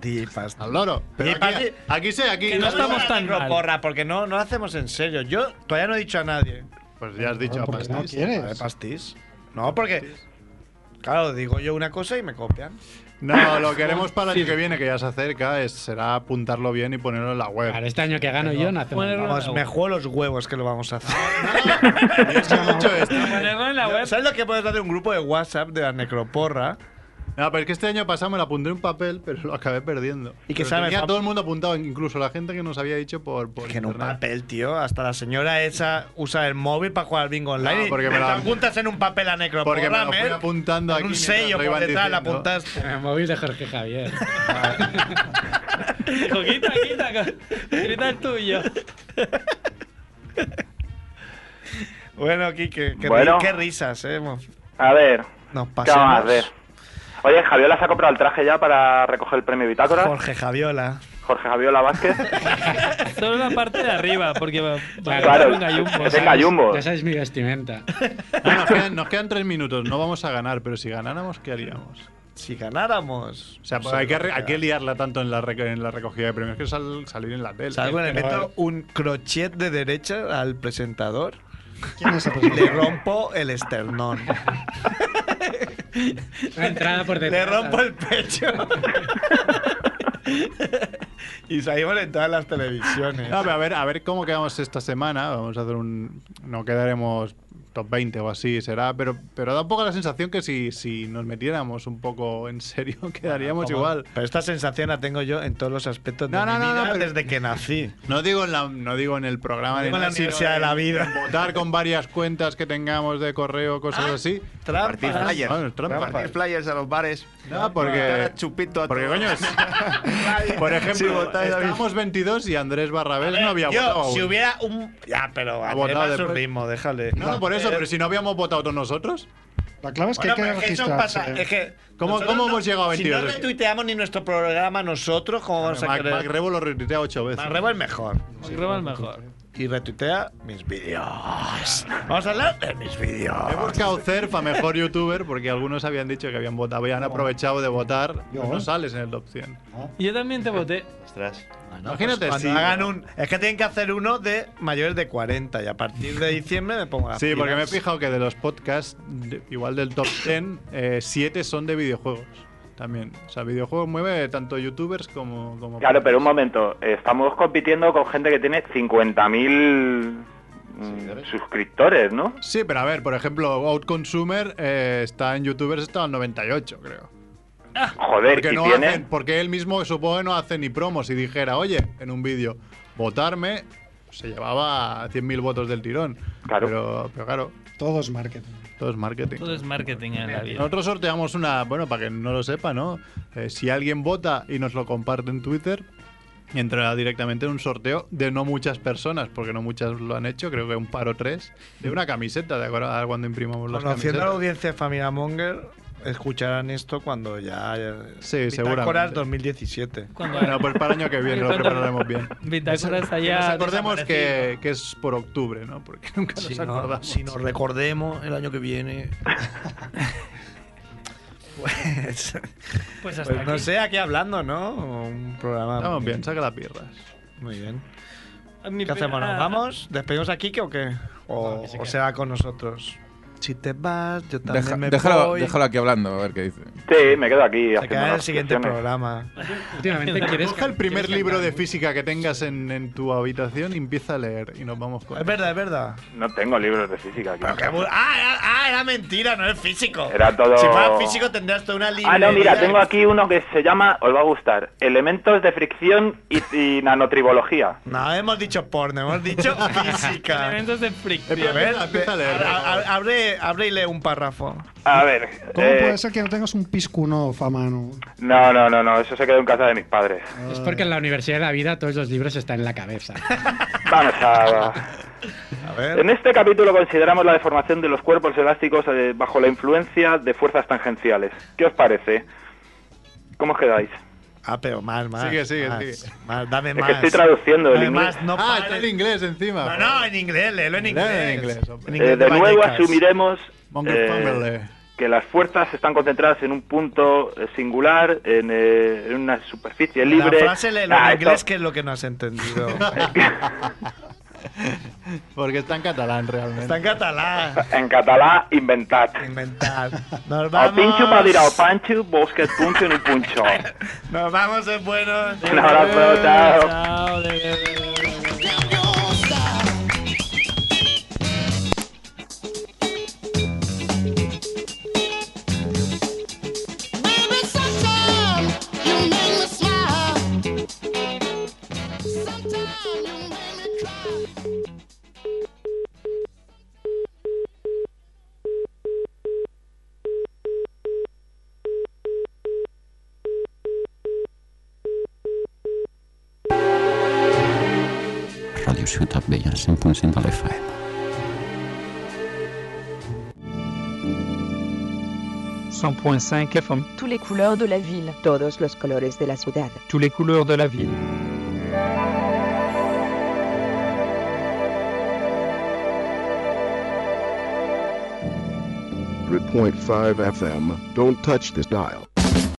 [SPEAKER 1] DJ Pasti.
[SPEAKER 3] Al loro. Pero
[SPEAKER 1] DJ
[SPEAKER 3] aquí,
[SPEAKER 1] Pasti-
[SPEAKER 3] aquí sí, aquí.
[SPEAKER 1] Que no estamos tan porra, porque no, no hacemos en serio. Yo todavía no he dicho a nadie.
[SPEAKER 3] Pues ya has dicho a Pastis.
[SPEAKER 1] A ver, Pastis. No, porque. Claro, digo yo una cosa y me copian.
[SPEAKER 3] No, lo que haremos para el año que viene, que ya se acerca, es, será apuntarlo bien y ponerlo en la web. Claro,
[SPEAKER 8] este año que gano
[SPEAKER 1] yo no hacemos Ponerlo nada. en la web. juego los huevos que lo vamos a hacer. ¿Sabes lo que puedes hacer? Un grupo de WhatsApp de la necroporra.
[SPEAKER 3] No, pero es que este año pasado me lo apunté en un papel, pero lo acabé perdiendo.
[SPEAKER 1] Y que
[SPEAKER 3] Pero
[SPEAKER 1] sabe-
[SPEAKER 3] Tenía todo el mundo apuntado, incluso la gente que nos había dicho por. por
[SPEAKER 1] Que en un
[SPEAKER 3] internet.
[SPEAKER 1] papel, tío. Hasta la señora esa usa el móvil para jugar al bingo online.
[SPEAKER 3] No, porque
[SPEAKER 1] y
[SPEAKER 3] me la-
[SPEAKER 1] te apuntas en un papel a necroporra,
[SPEAKER 3] Porque me lo fui
[SPEAKER 1] Mer.
[SPEAKER 3] apuntando
[SPEAKER 1] En
[SPEAKER 3] aquí.
[SPEAKER 1] un
[SPEAKER 3] mientras
[SPEAKER 1] sello
[SPEAKER 3] lo
[SPEAKER 1] por
[SPEAKER 3] iban
[SPEAKER 1] detrás la
[SPEAKER 3] diciendo.
[SPEAKER 1] apuntaste.
[SPEAKER 8] El móvil de Jorge Javier.
[SPEAKER 2] Dijo, quita, quita, co- grita el tuyo.
[SPEAKER 1] Bueno, Kike, qué,
[SPEAKER 13] Bueno.
[SPEAKER 1] ri- qué risas, eh. Hemos-
[SPEAKER 13] A ver,
[SPEAKER 1] Nos
[SPEAKER 13] ¿qué vamos a
[SPEAKER 1] pasamos.
[SPEAKER 13] hacer? Oye, Javiola se ha comprado el traje ya para recoger el premio Bitácora.
[SPEAKER 1] Jorge Javiola.
[SPEAKER 13] Jorge Javiola Vázquez.
[SPEAKER 2] Solo la parte de arriba, porque va, va a
[SPEAKER 13] Claro,
[SPEAKER 2] quedar un gallumbo.
[SPEAKER 13] es de gallumbo.
[SPEAKER 8] Ya sabes mi vestimenta.
[SPEAKER 3] No, nos, quedan, nos quedan tres minutos, no vamos a ganar, pero si ganáramos, ¿qué haríamos?
[SPEAKER 1] Si ganáramos.
[SPEAKER 3] O sea, pues
[SPEAKER 1] Sí,
[SPEAKER 3] hay, que, re-
[SPEAKER 1] claro.
[SPEAKER 3] hay que liarla tanto en la, reco- en la recogida de premios que sal- salir en la tele.
[SPEAKER 1] Salgo le
[SPEAKER 3] Pero-
[SPEAKER 1] Este, meto un crochet de derecha al presentador.
[SPEAKER 4] ¿Quién es el
[SPEAKER 1] y le
[SPEAKER 4] presentador?
[SPEAKER 1] rompo el esternón.
[SPEAKER 8] Una entrada por
[SPEAKER 1] le
[SPEAKER 8] detrás.
[SPEAKER 1] rompo el pecho. y salimos en todas las televisiones.
[SPEAKER 3] No, pero a ver, a ver cómo quedamos esta semana. Vamos a hacer un. No quedaremos top 20 o así, será. Pero, pero da un poco la sensación que si, si nos metiéramos un poco en serio, quedaríamos
[SPEAKER 1] Como-
[SPEAKER 3] igual.
[SPEAKER 1] Pero esta sensación la tengo yo en todos los aspectos de
[SPEAKER 3] No, no,
[SPEAKER 1] mi
[SPEAKER 3] no,
[SPEAKER 1] vida
[SPEAKER 3] no, pero-
[SPEAKER 1] desde que nací.
[SPEAKER 3] No digo en, la- no digo en el programa
[SPEAKER 1] Digo en la
[SPEAKER 3] nada, sino
[SPEAKER 1] Universidad de la Vida.
[SPEAKER 3] Votar con varias cuentas que tengamos de correo, cosas
[SPEAKER 1] Ah,
[SPEAKER 3] así.
[SPEAKER 5] Partir flyers.
[SPEAKER 3] Bueno, trampas.
[SPEAKER 5] Partir flyers a los bares.
[SPEAKER 3] No, porque.
[SPEAKER 5] Dar chupito a
[SPEAKER 3] Porque,
[SPEAKER 5] todos.
[SPEAKER 3] coño, es- por
[SPEAKER 5] Sí,
[SPEAKER 3] ejemplo,
[SPEAKER 5] votar, David.
[SPEAKER 3] estábamos 22 y Andrés Barrabés no había
[SPEAKER 1] yo,
[SPEAKER 3] votado.
[SPEAKER 1] si
[SPEAKER 3] aún.
[SPEAKER 1] hubiera un. Ya, pero
[SPEAKER 3] Ha
[SPEAKER 1] a
[SPEAKER 3] votado
[SPEAKER 1] su
[SPEAKER 3] después.
[SPEAKER 1] ritmo, déjale. Eh,
[SPEAKER 3] No, no, por eso, pero si no habíamos votado todos nosotros.
[SPEAKER 4] La clave es que
[SPEAKER 1] Bueno,
[SPEAKER 4] hay que
[SPEAKER 1] pero es que eso
[SPEAKER 4] registrarse.
[SPEAKER 1] pasa, es que
[SPEAKER 3] eh. ¿Cómo-
[SPEAKER 1] nosotros
[SPEAKER 3] cómo hemos llegado a
[SPEAKER 1] Si no
[SPEAKER 3] 22?
[SPEAKER 1] retuiteamos ni nuestro programa nosotros, ¿cómo vamos a
[SPEAKER 3] Mac,
[SPEAKER 1] querer?
[SPEAKER 3] Mac Rebo lo retuitea ocho veces.
[SPEAKER 1] Macrebo es mejor.
[SPEAKER 2] Roba el mejor.
[SPEAKER 1] Y retuitea mis vídeos. Vamos a hablar de mis vídeos.
[SPEAKER 3] He buscado CERF a mejor youtuber porque algunos habían dicho que habían votado, habían aprovechado de votar. Pues no sales en el top 100.
[SPEAKER 2] Yo también te voté.
[SPEAKER 5] Ostras.
[SPEAKER 3] Imagínate
[SPEAKER 1] Pues Cuando
[SPEAKER 3] si.
[SPEAKER 1] hagan un. Es que tienen que hacer uno de mayores de 40 y a partir de diciembre me pongo las
[SPEAKER 3] Sí, porque me he
[SPEAKER 1] pilas.
[SPEAKER 3] fijado que de los podcasts, de- igual del top 10, 7 son de videojuegos. También. O sea, videojuegos mueve tanto youtubers como. como
[SPEAKER 13] Claro, pero un momento, estamos compitiendo con gente que tiene 50.000 mm, suscriptores, ¿no?
[SPEAKER 3] Sí, pero a ver, por ejemplo, Outconsumer eh, está en youtubers, está al 98, creo.
[SPEAKER 13] Joder,
[SPEAKER 3] porque,
[SPEAKER 13] y
[SPEAKER 3] no
[SPEAKER 13] tiene...
[SPEAKER 3] hacen- porque él mismo supongo que no hace ni promos. Si dijera, oye, en un vídeo, votarme, se llevaba 100.000 votos del tirón. Claro. Pero, pero claro,
[SPEAKER 4] Todo es marketing.
[SPEAKER 3] todo es marketing.
[SPEAKER 2] Todo es marketing en la vida.
[SPEAKER 3] Nosotros sorteamos una, bueno, para que no lo sepa, ¿no? Eh, si alguien vota y nos lo comparte en Twitter, entrará directamente en un sorteo de no muchas personas, porque no muchas lo han hecho, creo que un par o tres, de una camiseta, ¿de acuerdo? Ahora cuando imprimamos las
[SPEAKER 1] Conociendo a la
[SPEAKER 3] camisetas.
[SPEAKER 1] audiencia de Familia Monger, escucharán esto cuando ya.
[SPEAKER 3] Sí,
[SPEAKER 1] Bitácoras
[SPEAKER 3] seguramente.
[SPEAKER 1] 2017.
[SPEAKER 2] Cuando-
[SPEAKER 3] Bueno, pues para el año que viene lo
[SPEAKER 2] Cuando-
[SPEAKER 3] prepararemos bien.
[SPEAKER 2] Bitácoras
[SPEAKER 3] Que nos
[SPEAKER 2] allá.
[SPEAKER 3] acordemos que, que es por octubre, ¿no? Porque nunca nos
[SPEAKER 1] Si, no,
[SPEAKER 3] acordamos.
[SPEAKER 1] si nos recordemos el año que viene. pues.
[SPEAKER 2] Pues
[SPEAKER 1] pues
[SPEAKER 2] hasta
[SPEAKER 1] no
[SPEAKER 2] aquí.
[SPEAKER 1] sé, aquí hablando, ¿no? Un programa.
[SPEAKER 3] Estamos bien, saca las piernas.
[SPEAKER 1] Muy bien.
[SPEAKER 2] Mi
[SPEAKER 1] ¿Qué hacemos? ¿Nos
[SPEAKER 2] pena-
[SPEAKER 1] vamos? ¿Despedimos a Kike o qué? ¿O, o se va con nosotros? Si te vas, yo también
[SPEAKER 6] Deja-
[SPEAKER 1] me
[SPEAKER 6] déjalo,
[SPEAKER 1] voy.
[SPEAKER 6] déjalo aquí hablando, a ver qué dice.
[SPEAKER 13] Sí, me quedo aquí.
[SPEAKER 1] Se queda en el siguiente programa.
[SPEAKER 3] Últimamente, ¿quieres que el primer
[SPEAKER 1] ¿Quieres
[SPEAKER 3] libro de física que tengas en, en tu habitación y empieza a leer y nos vamos con
[SPEAKER 1] Es verdad, es verdad.
[SPEAKER 13] No tengo libros de física aquí.
[SPEAKER 1] Ah, era, ah, era mentira, no es físico.
[SPEAKER 13] Era todo-
[SPEAKER 1] Si fuera físico tendrías toda una librería.
[SPEAKER 13] Ah, no, mira, tengo aquí uno que se llama, os va a gustar, Elementos de fricción y, y nanotribología.
[SPEAKER 1] No, hemos dicho porno, hemos dicho física. Elementos
[SPEAKER 2] de freak.
[SPEAKER 1] A ver,
[SPEAKER 3] empieza a leer, por
[SPEAKER 1] a- a- abre, abre y lee un párrafo.
[SPEAKER 13] A ver.
[SPEAKER 4] ¿Cómo
[SPEAKER 13] eh,
[SPEAKER 4] puede ser que no tengas un piscunov a mano?
[SPEAKER 13] No, no, no, no, eso se quedó en casa de mis padres.
[SPEAKER 8] Es porque en la Universidad de la Vida todos los libros están en la cabeza.
[SPEAKER 13] Vamos a... En este capítulo consideramos la deformación de los cuerpos elásticos eh, bajo la influencia de fuerzas tangenciales. ¿Qué os parece? ¿Cómo os quedáis?
[SPEAKER 1] Ah, pero más, más.
[SPEAKER 3] Sigue, sigue,
[SPEAKER 1] más,
[SPEAKER 3] sigue.
[SPEAKER 1] más, dame
[SPEAKER 13] Es
[SPEAKER 1] más.
[SPEAKER 13] que estoy traduciendo el
[SPEAKER 1] Además,
[SPEAKER 13] inglés.
[SPEAKER 1] no
[SPEAKER 3] ah,
[SPEAKER 1] pares.
[SPEAKER 3] está en inglés
[SPEAKER 1] No,
[SPEAKER 3] encima.
[SPEAKER 1] no, en inglés, léelo en inglés.
[SPEAKER 3] en inglés, hombre.
[SPEAKER 1] En inglés
[SPEAKER 13] Eh, de
[SPEAKER 1] te
[SPEAKER 13] nuevo
[SPEAKER 1] bañecas.
[SPEAKER 13] asumiremos
[SPEAKER 3] Monger
[SPEAKER 13] eh,
[SPEAKER 3] Pamberle.
[SPEAKER 13] que las fuerzas están concentradas en un punto eh, singular, en, eh, en una superficie libre.
[SPEAKER 1] La frase léelo
[SPEAKER 13] Ah,
[SPEAKER 1] en
[SPEAKER 13] esto-
[SPEAKER 1] inglés, que es lo que no has entendido.
[SPEAKER 3] Porque está en catalán realmente.
[SPEAKER 1] Está en catalán.
[SPEAKER 13] En catalán, inventad.
[SPEAKER 1] Inventad. Nos
[SPEAKER 13] Al
[SPEAKER 1] vamos.
[SPEAKER 13] pincho para ir al pancho, bosque puncho y puncho.
[SPEAKER 1] Nos vamos, es buenos.
[SPEAKER 13] Un abrazo, chao.
[SPEAKER 1] Chao, de-
[SPEAKER 16] Ràdio Ciutat Vella, 100% de l'FM.
[SPEAKER 17] FM.
[SPEAKER 18] Tous les couleurs de la ville. Todos los colores de la ciudad.
[SPEAKER 17] Tous les couleurs de la ville.
[SPEAKER 19] Point five FM. Don't touch this dial.